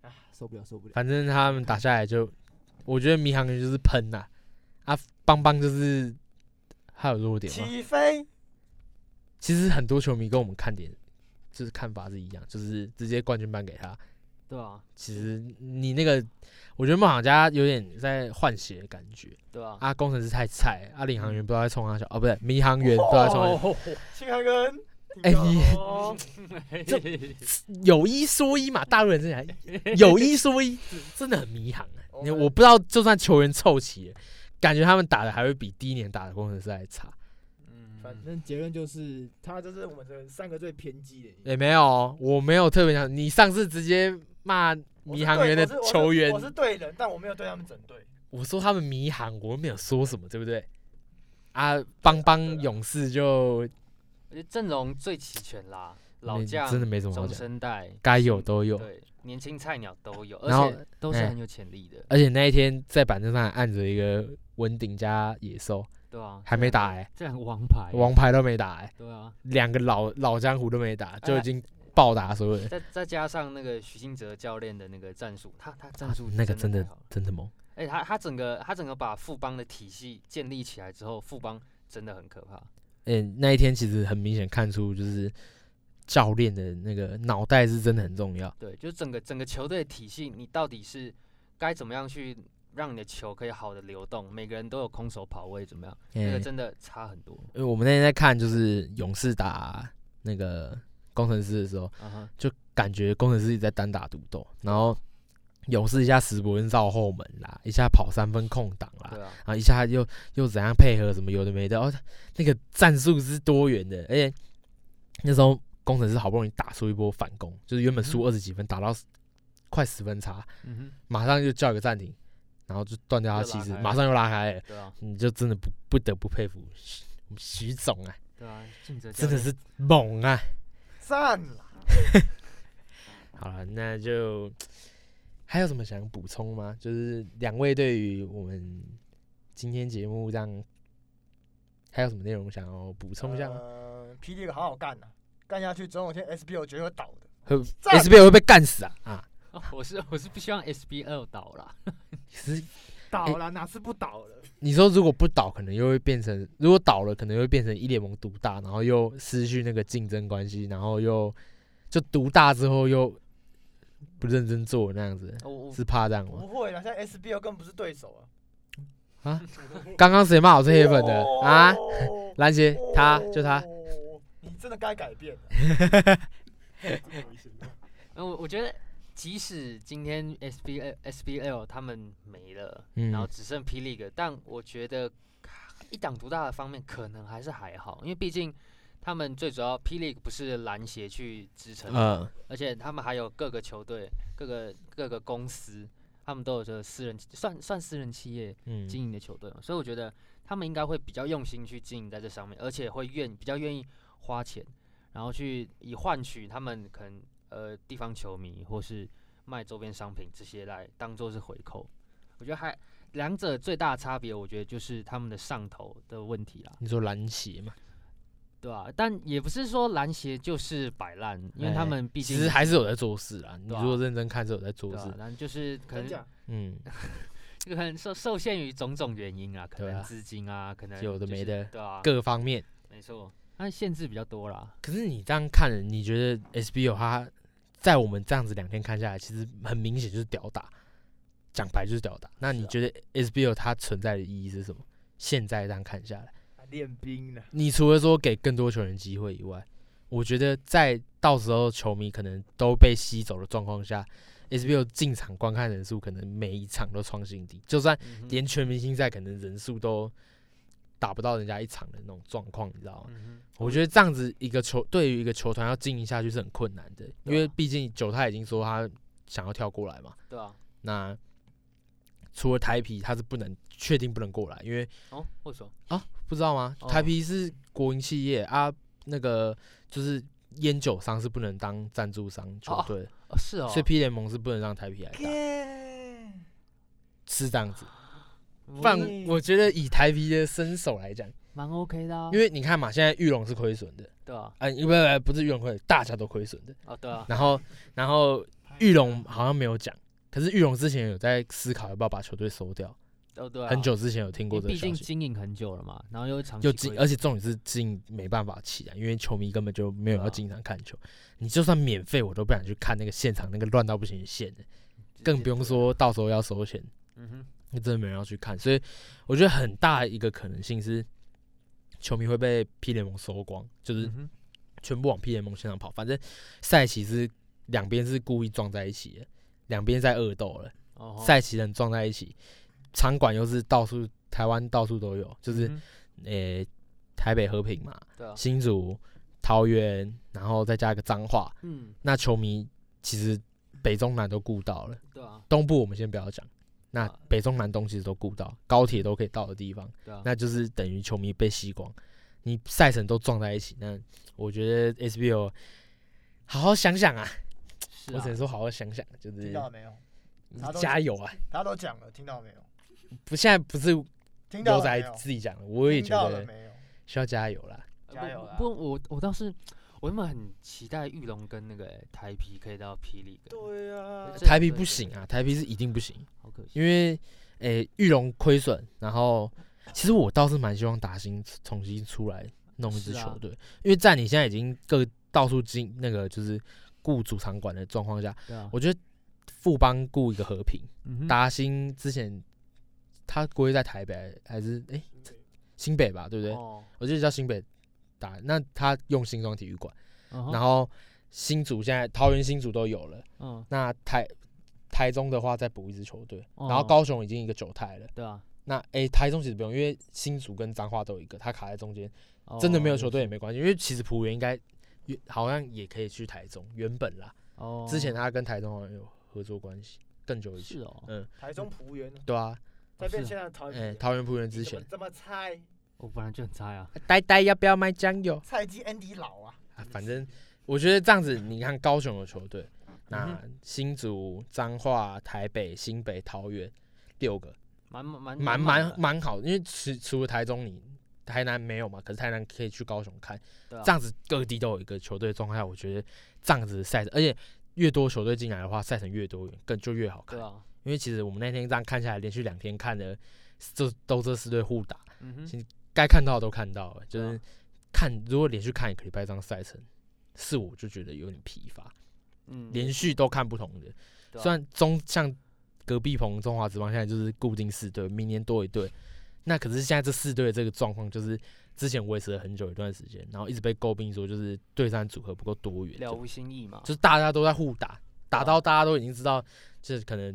C: 啊受不了，受不了。
A: 反正他们打下来就，我觉得迷航员就是喷呐、啊，邦邦就是还有弱点吗？
D: 起飞。
A: 其实很多球迷跟我们看点就是看法是一样，就是直接冠军颁给他。
E: 对啊
A: 其实你那个，我觉得梦想家有点在换血的感觉。
E: 对啊，
A: 啊，工程师太菜，啊，领航员不知道在冲他笑，哦，不对，民航员不知道在冲他笑。
D: 青海根，
A: [LAUGHS] 哎你
D: 哦
A: 这有一说一嘛，大陆人真的 [LAUGHS] 还有一说一，真的很迷航啊。[LAUGHS]
D: 我
A: 你
D: 们
A: 我不知道，就算球员凑齐了，感觉他们打的还会比第一年打的工程师还差。
E: 嗯，
D: 反
C: 正结论就是，
D: 他就是我们这三个最偏激的。
A: 也没有哦，我没有特别想，你上次直接骂
D: 我
A: 迷
D: 是
A: 航
D: 对
A: 员的
D: 我是我是
A: 球员
D: 我，是对人，但我没有对他们整队。
A: 我说他们迷航，我又没有说什么，对不对？啊，邦邦勇士就
E: 我觉得阵容最齐全啦，老
A: 没
E: 将、
A: 真的没什么好
E: 中
A: 讲，
E: 生代，
A: 该有都有。
E: 对，年轻菜鸟都有，
A: 然后
E: 而且都是
A: 哎
E: 很有潜力的，
A: 而且那一天在板凳上还按着一个文鼎加野兽，
E: 对啊，
A: 还没打哎、
E: 这很王牌，欸
A: 王牌都没打哎、
E: 对啊，
A: 两个老老江湖都没打，就
E: 哎
A: 已经暴打所有
E: [LAUGHS]
A: 人，
E: 再再加上那个许昕哲教练的那个战术，他他战术
A: 那个真的
E: 太好了，
A: 真的猛。
E: 哎，他他整个他整个把富邦的体系建立起来之后，富邦真的很可怕，
A: 嗯、那一天其实很明显看出，就是教练的那个脑袋是真的很重要。
E: 对，就是整个整个球队的体系，你到底是该怎么样去让你的球可以好的流动，每个人都有空手跑位，怎么样？
A: 嗯、
E: 那个真的差很多，
A: 因为我们那天在看就是勇士打那个工程师的时候，
E: 嗯哼，
A: 就感觉工程师一直在单打独斗，然后勇士一下石伯恩绕后门啦，一下跑三分空档啦，
E: 对啊，
A: 然后一下又又怎样配合什么有的没的，哦，那个战术是多元的，而且那时候工程师好不容易打出一波反攻，就是原本输二十几分，打到快十分差，
E: 嗯哼，
A: 马上就叫一个暂停，然后就断掉他
E: 就拉
A: 气势
E: 开，了
A: 马上又拉开了，
E: 对啊，
A: 你就真的不不得不佩服徐我们徐总啊，
E: 对啊，昕哲教
A: 真的
E: 练
A: 是猛啊！
D: 赞啦！
A: 好了，那就还有什么想补充吗？就是两位对于我们今天节目这样，还有什么内容想要补充一下吗？嗯
D: 呃霹雳好好干呐，干下去总有一天 SBL 绝对会倒的。
A: 会
D: 赞
A: SBL 会被干死啊啊！
E: 哦我是我是不希望 SBL 倒啦，
A: 可是
D: 倒
A: 哎
D: 了哪次不倒了？
A: 你说如果不倒，可能又会变成；如果倒了，可能又会变成一联盟独大，然后又失去那个竞争关系，然后又就独大之后又不认真做那样子，
E: 我我
A: 是怕这样吗？
D: 不会啦，现在 SBL 更不是对手啊。
A: 刚刚谁骂我是黑粉的
D: 哦
A: 啊？篮协
D: 哦
A: 他就他，
D: 你真的该改变了。
E: 呃我我觉得，即使今天 SBL SBL 他们没了，
A: 嗯
E: 然后只剩 P League，但我觉得一党独大的方面可能还是还好，因为毕竟他们最主要 P League 不是篮协去支撑的，
A: 呃，
E: 而且他们还有各个球队、各个各个公司，他们都有这个私人算算私人企业
A: 嗯，
E: 经营的球队嘛，所以我觉得他们应该会比较用心去经营在这上面，而且会愿比较愿意花钱，然后去以换取他们可能呃地方球迷或是卖周边商品这些来当做是回扣。我觉得还两者最大的差别，我觉得就是他们的上头的问题啦，
A: 你说篮协嘛，
E: 对吧、但也不是说篮协就是摆烂，因为他
A: 哎
E: 们毕
A: 其
E: 竟
A: 实还是有在做事啦。你
E: 对啊
A: 如果认真看，是有在做
E: 对
A: 事
E: 啊，。但就是可
D: 真
E: 能
D: 假？
A: 嗯，
E: 可能受受限于种种原因啦，可
A: 对啊
E: 能资金啊，可能
A: 有的
E: 就是
A: 没的
E: 对啊，
A: 各方面。
E: 没错，它限制比较多啦。
A: 可是你这样看，你觉得 SBO 它在我们这样子两天看下来，其实很明显就是屌打，讲白就是屌打。那你
E: 是啊
A: 觉得 SBO 它存在的意义是什么？现在这样看下来，
D: 练兵呢？
A: 你除了说给更多球员机会以外，我觉得在到时候球迷可能都被吸走的状况下，SBO 进场观看人数可能每一场都创新低，就算
E: 嗯哼
A: 连全明星赛可能人数都打不到人家一场的那种状况，你知道吗？
E: 嗯哼
A: 我觉得这样子一个球对于一个球团要经营下去是很困难的，因
E: 对啊
A: 为毕竟九泰已经说他想要跳过来嘛，
E: 对啊，
A: 那除了台皮他是不能确定不能过来，因为
E: 哦，为什么？
A: 不知道吗？
E: 哦
A: 台皮是国营企业啊，那个就是烟酒商是不能当赞助商球队的，
E: 哦，是哦，
A: 所以 P 联盟是不能让台皮来打，是这样子。
E: 嗯
A: 但我觉得以台皮的身手来讲，
E: 蛮 OK 的啊，
A: 因为你看嘛，现在玉龙是亏损的，
E: 对啊，
A: 啊，因为不是玉龙亏损，大家都亏损的。
E: 哦对啊，
A: 然后，然后玉龙好像没有讲，可是玉龙之前有在思考要不要把球队收掉，
E: 哦对啊，
A: 很，久之前有听过
E: 因
A: 这
E: 为
A: 个
E: 毕
A: 消
E: 竟
A: 息。
E: 经营很久了嘛，然后又长期
A: 就呃
E: 亏
A: 进，而
E: 损
A: 且重点是进没办法起来，因为球迷根本就没有
E: 对啊
A: 要经常看球。你就算免费，我都不想去看那个现场那个乱到不行的线了，更不用，说到时候要收钱，
E: 嗯哼，
A: 那真的没人要去看。所以我觉得很大一个可能性是，球迷会被 P 联盟收光，就是
E: 嗯哼
A: 全部往 P 联盟现场跑。反正赛期是两边是故意撞在一起的，两边在恶斗了，
E: 哦吼
A: 赛期人撞在一起，场馆又是到处台湾到处都有，就是
E: 嗯哼
A: 诶、台北和平嘛，
E: 对啊，
A: 新竹、桃园，然后再加一个彰化，
E: 嗯，
A: 那球迷其实北中南都顾到了，
E: 对啊，
A: 东部我们先不要讲。那
E: 啊
A: 北中南东其实都顾到，高铁都可以到的地方，
E: 对啊，
A: 那就是等于球迷被吸光，你赛程都撞在一起。那我觉得 SBO 好好想想啊，
E: 是
A: 我
E: 啊
A: 只能说好好想想，就
D: 听
A: 是
D: 到了没有？他都
A: 加油啊！
D: 他都讲了，听到没有？
A: 不，现在不是
D: 听到
A: 牛
D: 了没
A: 仔
D: 有？
A: 自己讲的，我也
D: 听
A: 觉
D: 到了
A: 得
D: 没有？
A: 需要加油啦。
E: 呃
D: 加油啦
E: 不不不，我我倒是，我原本很期待玉龙跟那个欸台皮可以到霹雳，
D: 对啊
E: 这
A: 台皮
E: 真的
A: 不
E: 是
A: 行啊，台皮是一定不行，
E: 好可惜，
A: 因为诶玉龙亏损，然后其实我倒是蛮希望达兴重新出来弄一支
E: 是啊
A: 球队，因为在你现在已经各到处经那个就是雇主场馆的状况下，
E: 对啊，
A: 我觉得富邦雇一个和平，
E: 嗯哼
A: 达兴之前他归在台北还是诶新北吧，对不对？
E: 哦
A: 我记得叫新北打，那他用新庄体育馆。
E: 嗯哼
A: 然后新竹现在桃园新竹都有了，
E: 嗯，
A: 那台台中的话再补一支球队，
E: 哦
A: 然后高雄已经一个九泰了。
E: 对啊，
A: 那诶、台中其实不用，因为新竹跟彰化都有一个，它卡在中间，
E: 哦
A: 真的没有球队也没关系，因为其实浦原应该也好像也可以去台中，原本啦，
E: 哦，
A: 之前他跟台中好像有合作关系，更久以前
E: 是。哦，
A: 嗯，
D: 台中仆员
A: 对啊，
D: 在变
E: 是
D: 现在的桃
A: 诶、
D: 园，
A: 哎桃园浦原
D: 你
A: 之
D: 怎
A: 前
D: 么，这么菜？
E: 我本来就很差呀，
A: 呆呆要不要卖酱油？
D: 菜鸡 Andy 老啊，
A: 啊，反正我觉得这样子，你看高雄有球队，
E: 嗯
A: 那新竹、彰化、台北、新北、桃园六个，
E: 蛮蛮
A: 蛮
E: 满
A: 蛮
E: 的
A: 蛮好的，因为除除了台中你。台南没有嘛？可是台南可以去高雄看，
E: 对啊
A: 这样子各地都有一个球队状态，我觉得这样子的赛程，而且越多球队进来的话，赛程越多元，更就越好看
E: 对。啊，
A: 因为其实我们那天这样看下来，连续两天看的，就都这四队互打，
E: 嗯哼
A: 其实该看到的都看到了，就
E: 对啊
A: 是看如果连续看一个礼拜这样赛程，是我就觉得有点疲乏，
E: 嗯
A: 连续都看不同的。
E: 对啊
A: 虽然中像隔壁棚中华职棒现在就是固定四队，明年多一队，那可是现在这四队的这个状况就是之前维持了很久一段时间，然后一直被诟病说就是对战组合不够多元，
E: 了
A: 就
E: 无新意嘛，
A: 就是大家都在互打，打
E: 对啊
A: 到大家都已经知道，就是可能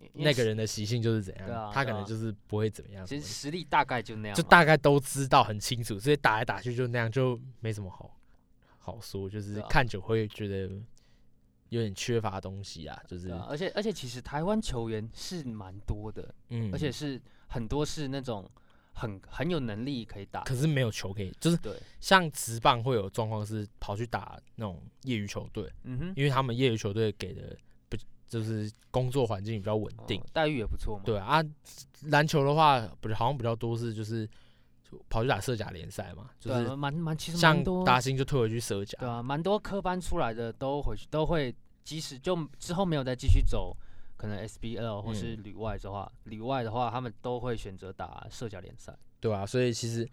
E: 因为
A: 那个人的习性就是怎
E: 对啊
A: 样，他可
E: 对啊
A: 能就是不会怎么样。
E: 其实实力大概就那样嘛，
A: 就大概都知道很清楚，所以打来打去就那样，就没什么好好说，就是
E: 对啊
A: 看久会觉得有点缺乏东西啊，就是
E: 对啊，而且而且其实台湾球员是蛮多的，
A: 嗯，
E: 而且是很多是那种很很有能力可以打，
A: 可是没有球可以，就是
E: 对，
A: 像职棒会有状况是跑去打那种业余球队，
E: 嗯哼，
A: 因为他们业余球队给的不就是工作环境比较稳定。
E: 哦待遇也不错嘛。
A: 对啊，篮球的话，不是好像比较多是就是就跑去打社甲联赛嘛，就
E: 对啊，
A: 是
E: 蛮蛮其实
A: 像
E: 蛮多，
A: 达兴就退回去社
E: 对
A: 甲，
E: 啊，蛮多科班出来的都回去都会，即使就之后没有再继续走，可能 SBL 或
A: 嗯
E: 是旅外的话，旅外的话他们都会选择打社交联赛。
A: 对啊，所以其实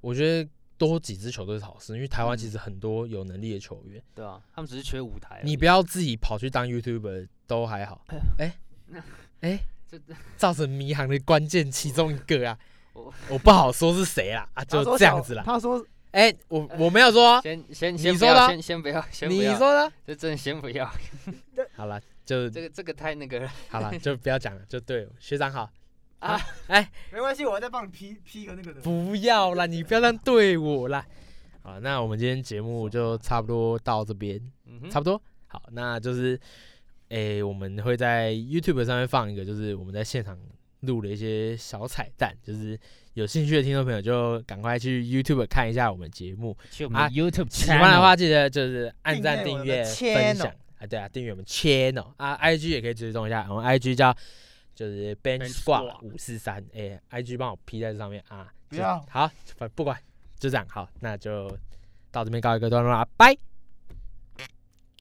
A: 我觉得多几支球队是好事，因为台湾
E: 嗯
A: 其实很多有能力的球员，
E: 对啊，他们只是缺舞台而已。
A: 你不要自己跑去当 YouTuber 都还好，哎
E: 那
A: 哎
E: 这，
A: 造成迷航的关键其中一个啊
E: [LAUGHS] 我，
A: 我不好说是谁啦，啊
D: 他
A: 就
D: 说
A: 这样
D: 小
A: 子啦，
C: 他说
A: 哎，我我没有说，
E: 先先
A: 你
E: 先不
A: 说的
E: 要，
A: 啊
E: 先先不要，先不
A: 你
E: 要，
A: 说的，
E: 这真的先不要，
A: 好了，就
E: 这个 [LAUGHS] 这个太那个了。
A: 好了，就不要讲了，就对了，学长好。
D: 没关系，我再帮你 P P 个那个的。
A: 不要啦，你不要这样对我啦。好，那我们今天节目就差不多到这边，
E: 嗯哼
A: 差不多。好，那就是，诶、我们会在 YouTube 上面放一个，就是我们在现场录的一些小彩蛋，就是有兴趣的听众朋友就赶快去 YouTube 看一下我们节目。
E: 去我
A: 啊
E: 们 YouTube
A: 喜欢的
E: channel
A: 话，记得就是按赞、
D: 订阅我
A: 订
D: 们
A: 阅、
D: 的
A: 分享
D: channel
A: 啊，对啊，订阅我们 channel 啊，IG 也可以追踪一下，我们 IG 叫就是 Bench
E: Bench
A: Squad
E: Squad
A: 五四三，哎，IG 帮我 P 在这上面啊，
D: 不
A: 就
D: 要
A: 好，反不管，就这样，好，那就到这边告一个段落啦，拜。